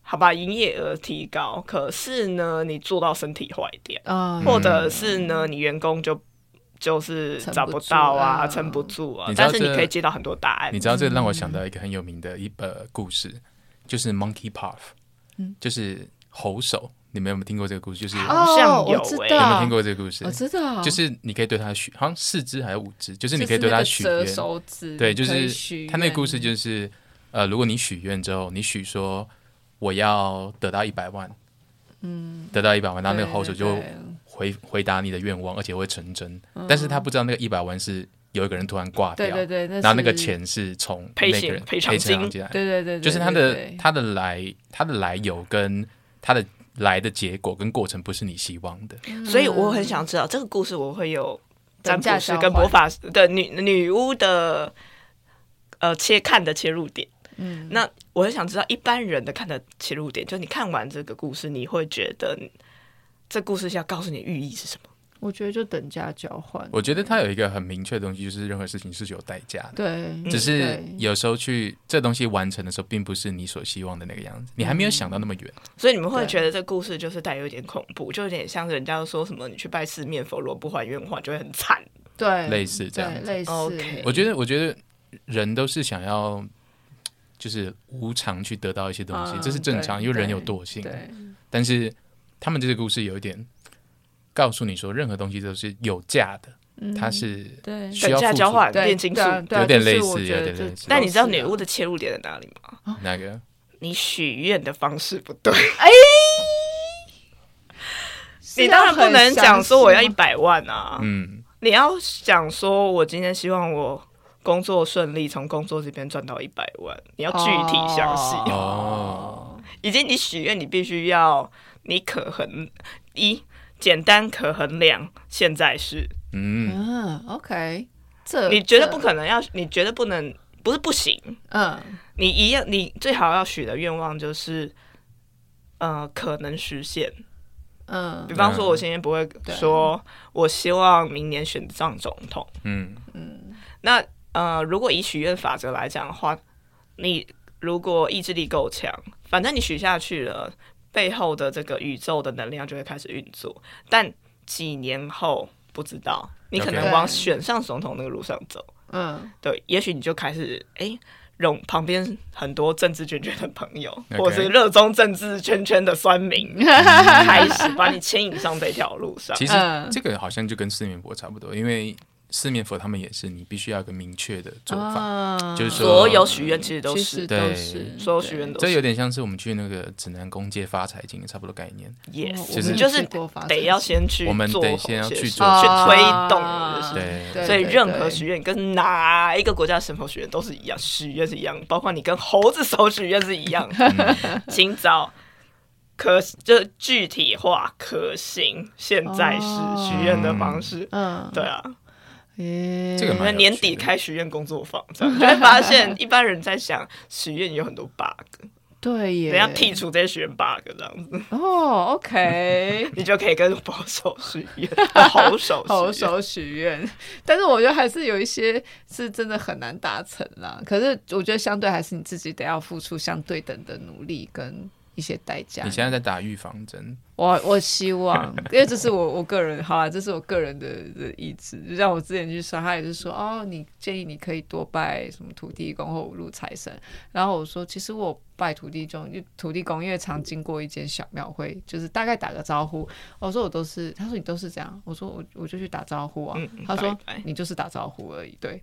Speaker 1: 好吧，营业额提高，可是呢，你做到身体坏掉，
Speaker 3: 啊，
Speaker 1: 或者是呢，你员工就就是
Speaker 3: 撑
Speaker 1: 找
Speaker 3: 不
Speaker 1: 不
Speaker 3: 住
Speaker 1: 到啊，
Speaker 3: 啊
Speaker 1: 撑不住啊
Speaker 2: 你，知道
Speaker 1: 但是你
Speaker 2: 这
Speaker 1: 可以接到很多答案
Speaker 2: 你。知道这让我想到一个很有名的一呃故事，就是 Monkey Puff，就是猴手，你们有没有听过这个故事？就是有
Speaker 1: 好像
Speaker 3: 嗯哦我
Speaker 1: 有
Speaker 3: 知
Speaker 1: 欸
Speaker 2: 没有
Speaker 3: 道
Speaker 2: 听过这个故事
Speaker 3: 我？知道，
Speaker 2: 就是你可以对他许，好像四只还是五只，就是
Speaker 3: 就
Speaker 2: 你可以对
Speaker 3: 那
Speaker 2: 他
Speaker 3: 个
Speaker 2: 许
Speaker 3: 折
Speaker 2: 愿，
Speaker 3: 手指
Speaker 2: 对，就
Speaker 3: 可以
Speaker 2: 是
Speaker 3: 许
Speaker 2: 他那个
Speaker 3: 愿
Speaker 2: 故事就是，呃，如果你许愿之后，你许说我要得到一百万，嗯，得到一百万，然后那个
Speaker 3: 对
Speaker 2: 猴手
Speaker 3: 对
Speaker 2: 就
Speaker 3: 对
Speaker 2: 回回答你的愿望，而且会成真，但是他不知道那个一百万是有一个人突然挂掉，
Speaker 3: 嗯对对对，
Speaker 2: 然后那个
Speaker 3: 是，
Speaker 2: 钱是从
Speaker 1: 赔
Speaker 2: 那
Speaker 1: 钱
Speaker 2: 个人
Speaker 1: 赔
Speaker 2: 赔
Speaker 1: 偿金
Speaker 2: 进来，
Speaker 3: 对对对，对
Speaker 2: 就是他
Speaker 3: 对
Speaker 2: 的
Speaker 3: 对
Speaker 2: 他的来他的来由跟他的来的结果跟过程不是你希望的，
Speaker 1: 所以我很想知道这个故事，我会有占
Speaker 3: 嗯等
Speaker 1: 卜
Speaker 3: 价
Speaker 1: 师
Speaker 3: 交
Speaker 1: 跟魔
Speaker 3: 换
Speaker 1: 法师的女女巫的呃切看的切入点。嗯，那我很想知道一般人的看的切入点，就你看完这个故事，你会觉得这故事是要告诉你寓意是什么？
Speaker 3: 我觉得就等价交换，
Speaker 2: 我觉得他有一个很明确的东西，就是任何事情是有代价的。
Speaker 1: 嗯
Speaker 3: 对，
Speaker 2: 只是
Speaker 3: 对
Speaker 2: 有时候去这东西完成的时候，并不是你所希望的那个样子，你还没有想到那么远。
Speaker 1: 所以你们会
Speaker 3: 对
Speaker 1: 觉得这故事就是带有一点恐怖，就有点像人家说什么你去拜四面佛，如果不还愿的话，就会很惨。
Speaker 3: 对
Speaker 2: 类似这样
Speaker 3: 对
Speaker 2: 子
Speaker 3: 类似
Speaker 1: OK
Speaker 2: 我觉得，我觉得人都是想要就是无偿去得到一些东西，
Speaker 3: 嗯
Speaker 2: 这是正常，
Speaker 3: 对
Speaker 2: 因为人有惰性。
Speaker 3: 对
Speaker 2: 但是他们这个故事有一点告诉你说，任何东西都是有价的，它是
Speaker 3: 嗯对
Speaker 2: 需
Speaker 1: 等
Speaker 2: 要付
Speaker 1: 价
Speaker 2: 出
Speaker 1: 交换，
Speaker 3: 对
Speaker 1: 炼金术
Speaker 3: 对。啊对啊
Speaker 2: 有点
Speaker 3: 就是
Speaker 2: 类似
Speaker 3: 我觉得
Speaker 2: 有点
Speaker 3: 这
Speaker 2: 类似
Speaker 1: 但你知道
Speaker 3: 都是
Speaker 1: 女
Speaker 3: 啊
Speaker 1: 巫的切入点在哪里吗？
Speaker 3: 哦
Speaker 2: 那个
Speaker 1: 你许愿的方式不对。
Speaker 3: 是
Speaker 1: 你
Speaker 3: 要
Speaker 1: 当然不
Speaker 3: 很
Speaker 1: 能
Speaker 3: 详
Speaker 1: 讲说我要
Speaker 3: 细
Speaker 1: 一
Speaker 3: 啊吗
Speaker 1: 百万啊，
Speaker 2: 嗯，
Speaker 1: 你要想说我今天希望我工作顺利，从工作这边赚到一百万，你要具体详细，*laughs*
Speaker 3: 哦
Speaker 2: 哦，
Speaker 1: 以及你许愿，你必须要你可衡一简单可衡量，现在是
Speaker 2: 嗯，
Speaker 3: 嗯，OK，这
Speaker 1: 你绝对
Speaker 3: 呃这
Speaker 1: 不可能要，你绝对不能不是不行，
Speaker 3: 嗯
Speaker 1: 你一样，你最好要许的愿望就是。呃，可能实现。
Speaker 3: 嗯
Speaker 1: 比方说，我今天不会说，我希望明年选上总统。
Speaker 2: 嗯，
Speaker 1: 那呃，如果以许愿法则来讲的话，你如果意志力够强，反正你许下去了，背后的这个宇宙的能量就会开始运作。但几年后不知道，你可能
Speaker 3: OK
Speaker 1: 往选上总统那个路上走。
Speaker 3: 嗯，
Speaker 1: 对，也许你就开始哎，融旁边很多政治圈圈的朋友
Speaker 2: OK
Speaker 1: 或者是热衷政治圈圈的酸民，
Speaker 2: *laughs*
Speaker 1: 开始把你牵引上这条路上。
Speaker 2: 其实
Speaker 3: 嗯
Speaker 2: 这个好像就跟四面佛差不多，因为四面佛他们也是你必须要有个明确的做法，
Speaker 3: 啊
Speaker 2: 就是说
Speaker 1: 所有许愿其实都
Speaker 3: 其
Speaker 1: 是
Speaker 3: 实
Speaker 2: 对
Speaker 3: 都是
Speaker 1: 所有许愿都
Speaker 2: 这
Speaker 1: 是
Speaker 2: 有点像是我们去那个指南宫借发财经差不多概念。
Speaker 1: yes，
Speaker 3: 我
Speaker 2: 其实
Speaker 1: 你就是
Speaker 3: 去过发财
Speaker 1: 得要先去
Speaker 2: 我们
Speaker 1: 做
Speaker 2: 得
Speaker 1: 某
Speaker 2: 先要
Speaker 1: 些
Speaker 2: 去
Speaker 1: 事
Speaker 2: 做
Speaker 1: 去
Speaker 2: 啊
Speaker 1: 推动我的事情。
Speaker 2: 对
Speaker 3: 对
Speaker 1: 所以任何许愿跟哪一个国家的神佛许愿都是一样，许愿是一样，包括你跟猴子手许愿是一样的。
Speaker 2: 嗯
Speaker 1: *laughs* 请找可就具体化、可行、现在式
Speaker 3: 哦
Speaker 1: 许愿的方式。
Speaker 3: 嗯，
Speaker 1: 对啊，
Speaker 3: 诶
Speaker 2: 这个
Speaker 1: 我
Speaker 2: 蛮
Speaker 1: 们
Speaker 2: 有趣
Speaker 1: 年底
Speaker 2: 的
Speaker 1: 开许愿工作坊，这样就会发现一般人在想许愿有很多 bug，
Speaker 3: *laughs* 对耶，
Speaker 1: 怎样剔除这些许愿 bug 这样子，
Speaker 3: 哦，OK，
Speaker 1: *laughs* 你就可以跟保守许
Speaker 3: *laughs*
Speaker 1: 愿、跟猴手
Speaker 3: 投
Speaker 1: 许愿
Speaker 3: 手许愿， *laughs* 但是我觉得还是有一些是真的很难达成啦。可是我觉得相对还是你自己得要付出相对等的努力跟一些代价
Speaker 2: 你。现在在打预防针，
Speaker 3: 我我希望，因为这是我我个人，好啦，这是我个人的的意志。就像我之前去算，他也是说，哦，你建议你可以多拜什么土地公或五路财神。然后我说，其实我拜土地公，因为土地公因为常经过一间小庙会，就是大概打个招呼。我说我都是，他说你都是这样，我说我我就去打招呼啊。
Speaker 1: 嗯
Speaker 3: 他说
Speaker 1: 拜拜嗯
Speaker 3: 你就是打招呼而已，对。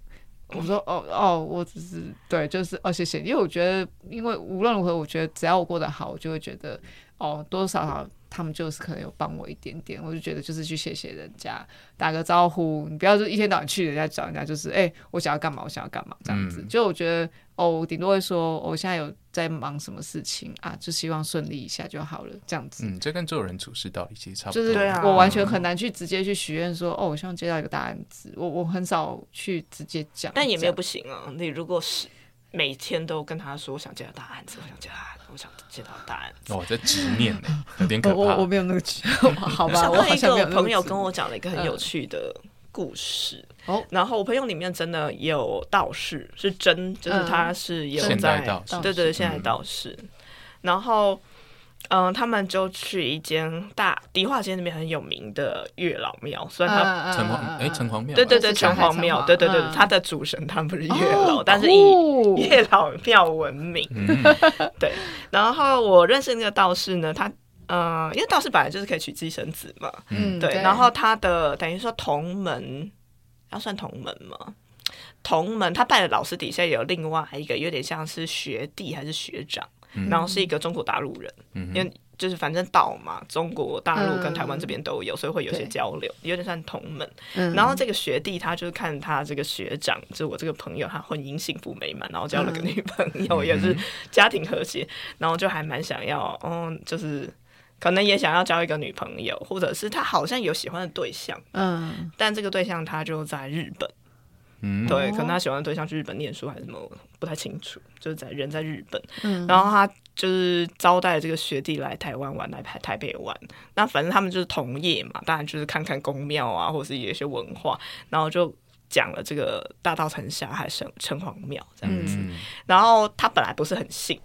Speaker 3: 我说哦哦，我只是对，就是哦谢谢，因为我觉得，因为无论如何，我觉得只要我过得好，我就会觉得哦多多少少他们就是可能有帮我一点点，我就觉得就是去谢谢人家，打个招呼，你不要就一天到晚去人家找人家，就是哎、我想要干嘛，我想要干嘛这样子。
Speaker 2: 嗯
Speaker 3: 就我觉得哦，我顶多会说、哦我现在有在忙什么事情啊，就希望顺利一下就好了，这样子。
Speaker 2: 嗯，这跟做人处事道理其实差不
Speaker 3: 就
Speaker 2: 多。
Speaker 3: 是
Speaker 1: 对啊
Speaker 3: 我完全很难去直接去许愿说，哦，我希望接到一个大案子，我我很少去直接讲，
Speaker 1: 但也没有
Speaker 3: 这样
Speaker 1: 不行啊。你如果是每天都跟他说我想接到大案子，我想接到大案子，我想接到大案子。
Speaker 2: 哦我在执念呢，有点可
Speaker 3: 我我我
Speaker 2: 怕。
Speaker 3: 没有那个机会， *laughs* 好
Speaker 1: 我
Speaker 3: 吧，
Speaker 1: 想
Speaker 3: 我
Speaker 1: 到
Speaker 3: 好
Speaker 1: 一
Speaker 3: 像
Speaker 1: 个我
Speaker 3: 没有那个
Speaker 1: 朋友
Speaker 3: 机
Speaker 1: 跟我讲了一个很有
Speaker 3: 嗯
Speaker 1: 趣的故事，
Speaker 3: 哦
Speaker 1: 然后我朋友里面真的也有道士，是真，就是
Speaker 3: 嗯
Speaker 1: 他是有
Speaker 2: 现代
Speaker 1: 在，
Speaker 2: 道士
Speaker 1: 对对，现在
Speaker 2: 嗯
Speaker 1: 道士。然后，嗯、他们就去一间大迪化街那边很有名的月老庙，虽然他、
Speaker 3: 啊
Speaker 2: 城隍哎，城隍庙，
Speaker 1: 对对对
Speaker 3: 是
Speaker 1: 城
Speaker 3: 上海
Speaker 1: 隍
Speaker 3: 城
Speaker 1: 庙，
Speaker 3: 隍
Speaker 1: 对对对，
Speaker 3: 嗯
Speaker 1: 他的主神他们不是月
Speaker 3: 哦
Speaker 1: 老，但是以 *laughs*
Speaker 3: 酷
Speaker 1: 月老庙闻名。
Speaker 2: 嗯，
Speaker 1: *laughs* 对，然后我认识那个道士呢，他呃，因为道士本来就是可以娶自己生子嘛，
Speaker 3: 嗯
Speaker 1: 对，然后他的等于说同门，要算同门吗？同门他拜的老师底下有另外一个有点像是学弟还是学长，
Speaker 2: 嗯
Speaker 1: 然后是一个中国大陆人，
Speaker 2: 嗯
Speaker 1: 因为就是反正道嘛，中国大陆跟
Speaker 3: 嗯
Speaker 1: 台湾这边都有，所以会有些
Speaker 3: 对
Speaker 1: 交流，有点算同门。
Speaker 3: 嗯
Speaker 1: 然后这个学弟他就是看他这个学长，就是我这个朋友，他婚姻幸福美满，然后交了个女朋友，也是家庭和谐，然后就还蛮想要，嗯，就是可能也想要交一个女朋友，或者是他好像有喜欢的对象，
Speaker 3: 嗯
Speaker 1: 但这个对象他就在日本，
Speaker 2: 嗯
Speaker 1: 对，
Speaker 3: 哦
Speaker 1: 可能他喜欢的对象去日本念书还是什么，不太清楚，就是在人在日本，
Speaker 3: 嗯
Speaker 1: 然后他就是招待这个学弟来台湾玩，来台台北玩。那反正他们就是同业嘛，当然就是看看宫庙啊，或者是有一些文化，然后就讲了这个大道城下还是城隍庙这样子。
Speaker 2: 嗯
Speaker 1: 然后他本来不是很信，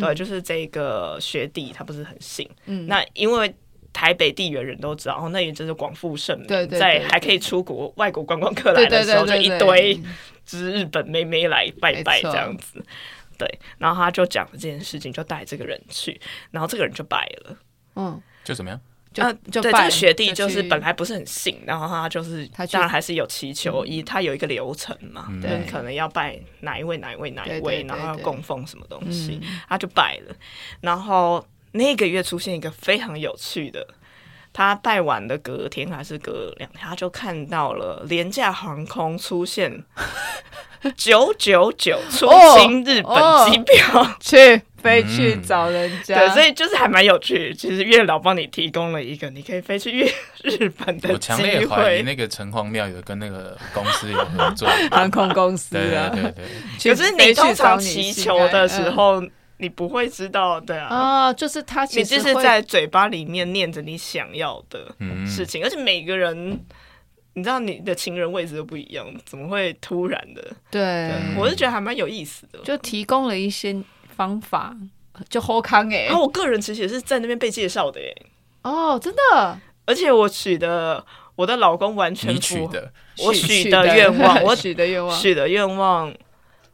Speaker 1: 对，就是这个学弟他不是很信。
Speaker 3: 嗯
Speaker 1: 那因为。台北地缘人都知道，哦，那也真是广富盛名，
Speaker 3: 对对对
Speaker 1: 在还可以出国外国观光客来
Speaker 3: 对
Speaker 1: 的
Speaker 3: 对
Speaker 1: 时
Speaker 3: 对
Speaker 1: 候，就
Speaker 3: 对
Speaker 1: 一
Speaker 3: 对，
Speaker 1: 堆就是日本妹妹来拜拜
Speaker 3: 没错
Speaker 1: 这样子。对，然后他就讲了这件事情，就带这个人去，然后这个人就拜了。
Speaker 3: 嗯，
Speaker 2: 就怎么样？
Speaker 3: 就
Speaker 1: 啊
Speaker 3: 就
Speaker 1: 对，这
Speaker 3: 拜
Speaker 1: 个学弟就是
Speaker 3: 去
Speaker 1: 本来不是很信，然后他就是
Speaker 3: 他去嗯
Speaker 1: 当然还是有祈求，以他有一个流程嘛，就
Speaker 3: 对
Speaker 1: 是可能要拜哪一位哪一位哪一
Speaker 3: 对对
Speaker 1: 位，
Speaker 3: 对
Speaker 1: 然后要
Speaker 3: 对嗯
Speaker 1: 供奉什么东西，他就拜了。然后那个月出现一个非常有趣的。他拜完的隔天还是隔两天，他就看到了廉价航空出
Speaker 3: *laughs*
Speaker 1: 现九九九出清日本
Speaker 3: 哦
Speaker 1: 机票，
Speaker 3: 去飞去找人家，
Speaker 1: 对，所
Speaker 3: 以
Speaker 1: 以就是还蛮有趣。其实月老帮你提供了一个你可以飞去 *laughs* 月日本的
Speaker 2: 我
Speaker 1: 机
Speaker 2: 强烈怀疑
Speaker 1: 会。
Speaker 2: 那个城隍庙有跟那个公司有合作。
Speaker 3: 航空公司
Speaker 2: 对
Speaker 3: 啊，
Speaker 2: 对对对，
Speaker 1: 可
Speaker 3: 去
Speaker 1: 是
Speaker 3: 飞
Speaker 1: 你
Speaker 3: 去
Speaker 1: 通
Speaker 3: 找
Speaker 1: 常
Speaker 3: 你
Speaker 1: 祈
Speaker 3: 心
Speaker 1: 求
Speaker 3: 爱
Speaker 1: 的时
Speaker 3: 嗯
Speaker 1: 候，你不会知道的啊。
Speaker 3: 啊，就是他其
Speaker 1: 你
Speaker 3: 实
Speaker 1: 就是
Speaker 3: 会
Speaker 1: 在嘴巴里面念着你想要的
Speaker 2: 嗯
Speaker 1: 事情，而且每个人，你知道你的情人位置都不一样，怎么会突然的？
Speaker 3: 对，
Speaker 2: 嗯
Speaker 1: 我是觉得还蛮有意思的。
Speaker 3: 就提供了一些方法，就 hold 康哎
Speaker 1: 然后我个人其实也是在那边被介绍的耶，
Speaker 3: 哦，真的
Speaker 1: 而且我娶的我的老公完全
Speaker 2: 你
Speaker 1: 符
Speaker 2: 取
Speaker 1: 合
Speaker 2: 的，
Speaker 1: 我
Speaker 3: 许
Speaker 1: 许的愿
Speaker 3: *laughs*
Speaker 1: 望我
Speaker 3: 许的愿望
Speaker 1: 许的愿望，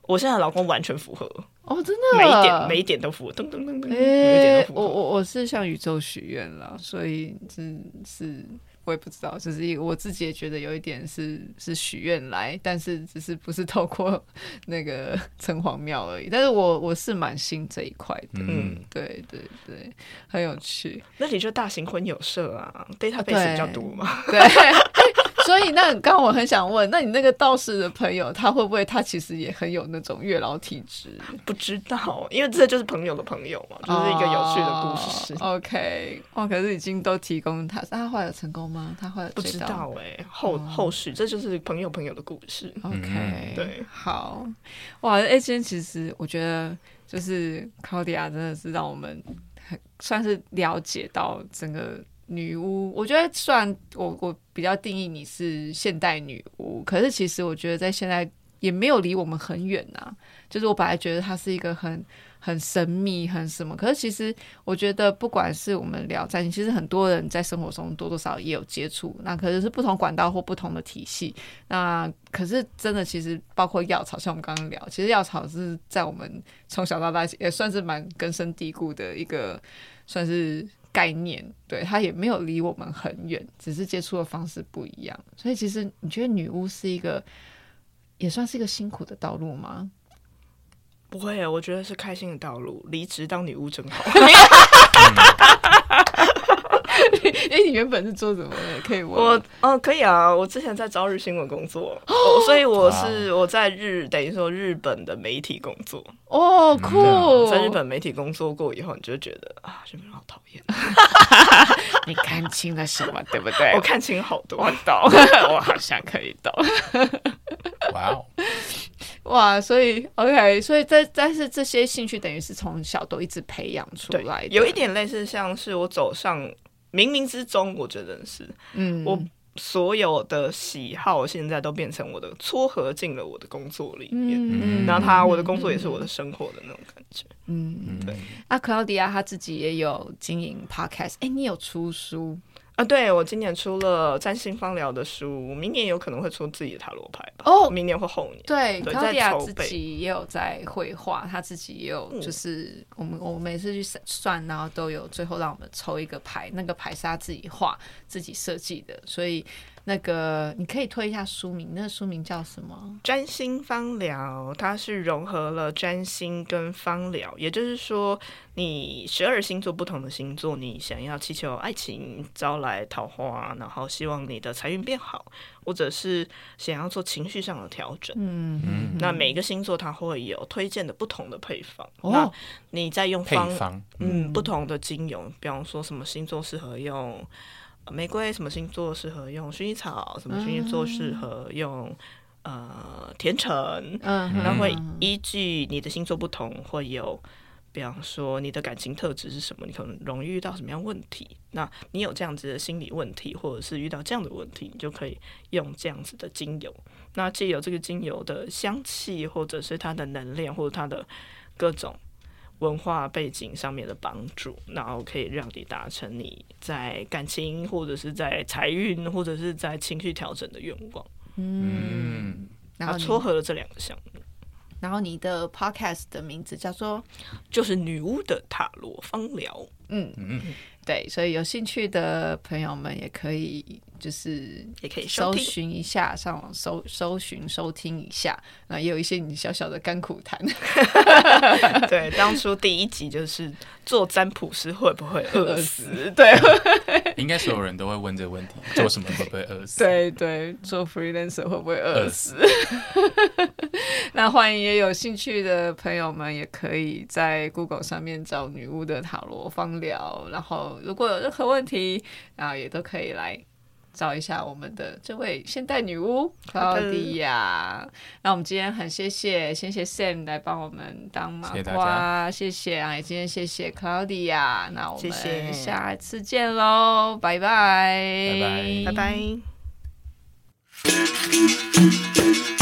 Speaker 1: 我现在的老公完全符合，
Speaker 3: 哦，真的
Speaker 1: 每一点每一点都符合，噔噔噔噔，每一点
Speaker 3: 诶、
Speaker 1: 都符
Speaker 3: 我
Speaker 1: 合。
Speaker 3: 我我是向宇宙许愿了，所以真是我也不知道，只是我自己也觉得有一点是是许愿来，但是只是不是透过 *laughs* 那个城隍庙而已。但是我我是蛮信这一块的，
Speaker 2: 嗯，
Speaker 3: 对对对，很有趣，
Speaker 1: 那你就大型婚友社啊，database
Speaker 3: 对
Speaker 1: 比较多嘛。
Speaker 3: 对。 *laughs* 所以那刚刚我很想问，那你那个道士的朋友，他会不会他其实也很有那种月老体质？
Speaker 1: 不知道，因为这就是朋友的朋友嘛，就是一个有趣的故事。
Speaker 3: 哦 OK，哦，可是已经都提供他，他后来有成功吗？他后来有
Speaker 1: 不
Speaker 3: 追
Speaker 1: 知
Speaker 3: 到吗
Speaker 1: 道哎、后后续这就是朋友朋友的故事。
Speaker 3: OK，、
Speaker 1: 对，
Speaker 3: 好，哇，哎、今天其实我觉得就是考迪亚真的是让我们很算是了解到整个女巫。我觉得虽然我我比较定义你是现代女巫，可是其实我觉得在现在也没有离我们很远啊。就是我本来觉得它是一个很很神秘、很什么，可是其实我觉得不管是我们聊占星，其实很多人在生活中多多少少也有接触，那可能是不同管道或不同的体系。那可是真的，其实包括药草，像我们刚刚聊，其实药草是在我们从小到大也算是蛮根深蒂固的一个算是概念，对它也没有离我们很远，只是接触的方式不一样。所以其实你觉得女巫是一个也算是一个辛苦的道路吗？ *laughs*
Speaker 1: 不会、欸，我觉得是开心的道路，离职当女巫真好。啊
Speaker 3: 哎、你原本是做什么的？可以问
Speaker 1: 我
Speaker 3: 吗
Speaker 1: 哦，可以啊，我之前在朝日新闻工作， *gasps* 哦、所以我是我在日等于说日本的媒体工作，
Speaker 3: *laughs* 哦，酷！
Speaker 1: 在日，
Speaker 3: *laughs*
Speaker 1: 本媒体工作过以后，你就会觉得啊，日本人好讨厌，
Speaker 3: 你看清了什么，对不对？
Speaker 1: 我看清好多。
Speaker 3: 懂， *laughs* 我好像可以懂。
Speaker 2: *laughs* 哇哦，
Speaker 3: 哇，所以 OK，所以这但是这些兴趣等于是从小都一直培养出
Speaker 1: 对
Speaker 3: 来的，，
Speaker 1: 有一点类似，像是我走上冥冥之中，我觉得是
Speaker 3: 嗯，
Speaker 1: 我所有的喜好现在都变成我的撮合进了我的工作里面。
Speaker 3: 嗯
Speaker 1: 然后他，我的工作也是我的生活的那种感觉。
Speaker 3: 嗯，
Speaker 2: 对，
Speaker 3: 那克劳迪亚他自己也有经营 podcast，哎，你有出书
Speaker 1: 啊，对，我今年出了占星方疗的书，明年有可能会出自己的塔罗牌吧，
Speaker 3: 哦。
Speaker 1: 明年或后年。
Speaker 3: 对，
Speaker 1: 对
Speaker 3: 克劳迪亚
Speaker 1: 在筹
Speaker 3: 自
Speaker 1: 备嗯
Speaker 3: 己也有在绘画，他自己也有，就是我们我每次去算，然后都有最后让我们抽一个牌，那个牌是他自己画、自己设计的，所以那个你可以推一下书名，那个书名叫什么？
Speaker 1: 占星芳疗，它是融合了占星跟芳疗，也就是说，你十二星座不同的星座，你想要祈求爱情招来桃花，然后希望你的财运变好，或者是想要做情绪上的调整。
Speaker 3: 嗯，
Speaker 1: 那每个星座它会有推荐的不同的配方，
Speaker 3: 哦
Speaker 1: 那你再用
Speaker 2: 配
Speaker 1: 方
Speaker 2: 方，
Speaker 1: 嗯，不同的精油，比方说什么星座适合用呃玫瑰，什么星座适合用薰衣草，什么星座适合用、呃甜橙，
Speaker 3: 嗯，
Speaker 1: 那会
Speaker 3: 嗯
Speaker 1: 依据你的星座不同，会有，比方说你的感情特质是什么，你可能容易遇到什么样的问题，那你有这样子的心理问题，或者是遇到这样的问题，你就可以用这样子的精油，那借由这个精油的香气，或者是它的能量，或者它的各种文化背景上面的帮助，然后可以让你达成你在感情，或者是在财运，或者是在情绪调整的愿望。
Speaker 2: 嗯，
Speaker 3: 然
Speaker 1: 啊
Speaker 3: 后你
Speaker 1: 撮合了这两个项目，
Speaker 3: 然后你的 podcast 的名字叫做
Speaker 1: 就是女巫的塔罗芳疗。
Speaker 3: 嗯
Speaker 2: 嗯
Speaker 3: 对，所以有兴趣的朋友们也可以就是
Speaker 1: 也可以收
Speaker 3: 搜
Speaker 1: 听
Speaker 3: 寻一下，上网搜搜寻收听一下，那也有一些你小小的甘苦谈，
Speaker 1: *laughs* 对，当初第一集就是做占卜师会不会饿
Speaker 3: *laughs*
Speaker 1: 死？
Speaker 3: 对
Speaker 2: 应该所有人都会问这个问题，做什么会不会饿死？
Speaker 3: 对对，做 freelancer 会不会饿
Speaker 2: 饿
Speaker 3: 死？
Speaker 2: 死，
Speaker 3: *laughs* 那欢迎也有兴趣的朋友们，也可以在 Google 上面找女巫的塔罗芳疗，然后如果有任何问题，啊，也都可以来找一下我们的这位现代女巫
Speaker 1: 好的
Speaker 3: Claudia。那我们今天很谢谢，先谢 Sam 来帮我们当麻
Speaker 2: 谢谢大
Speaker 3: 瓜，谢谢啊，也今天谢谢 Claudia。那我
Speaker 1: 谢谢
Speaker 3: 们下次见喽，拜拜，
Speaker 2: 拜拜
Speaker 1: 拜拜。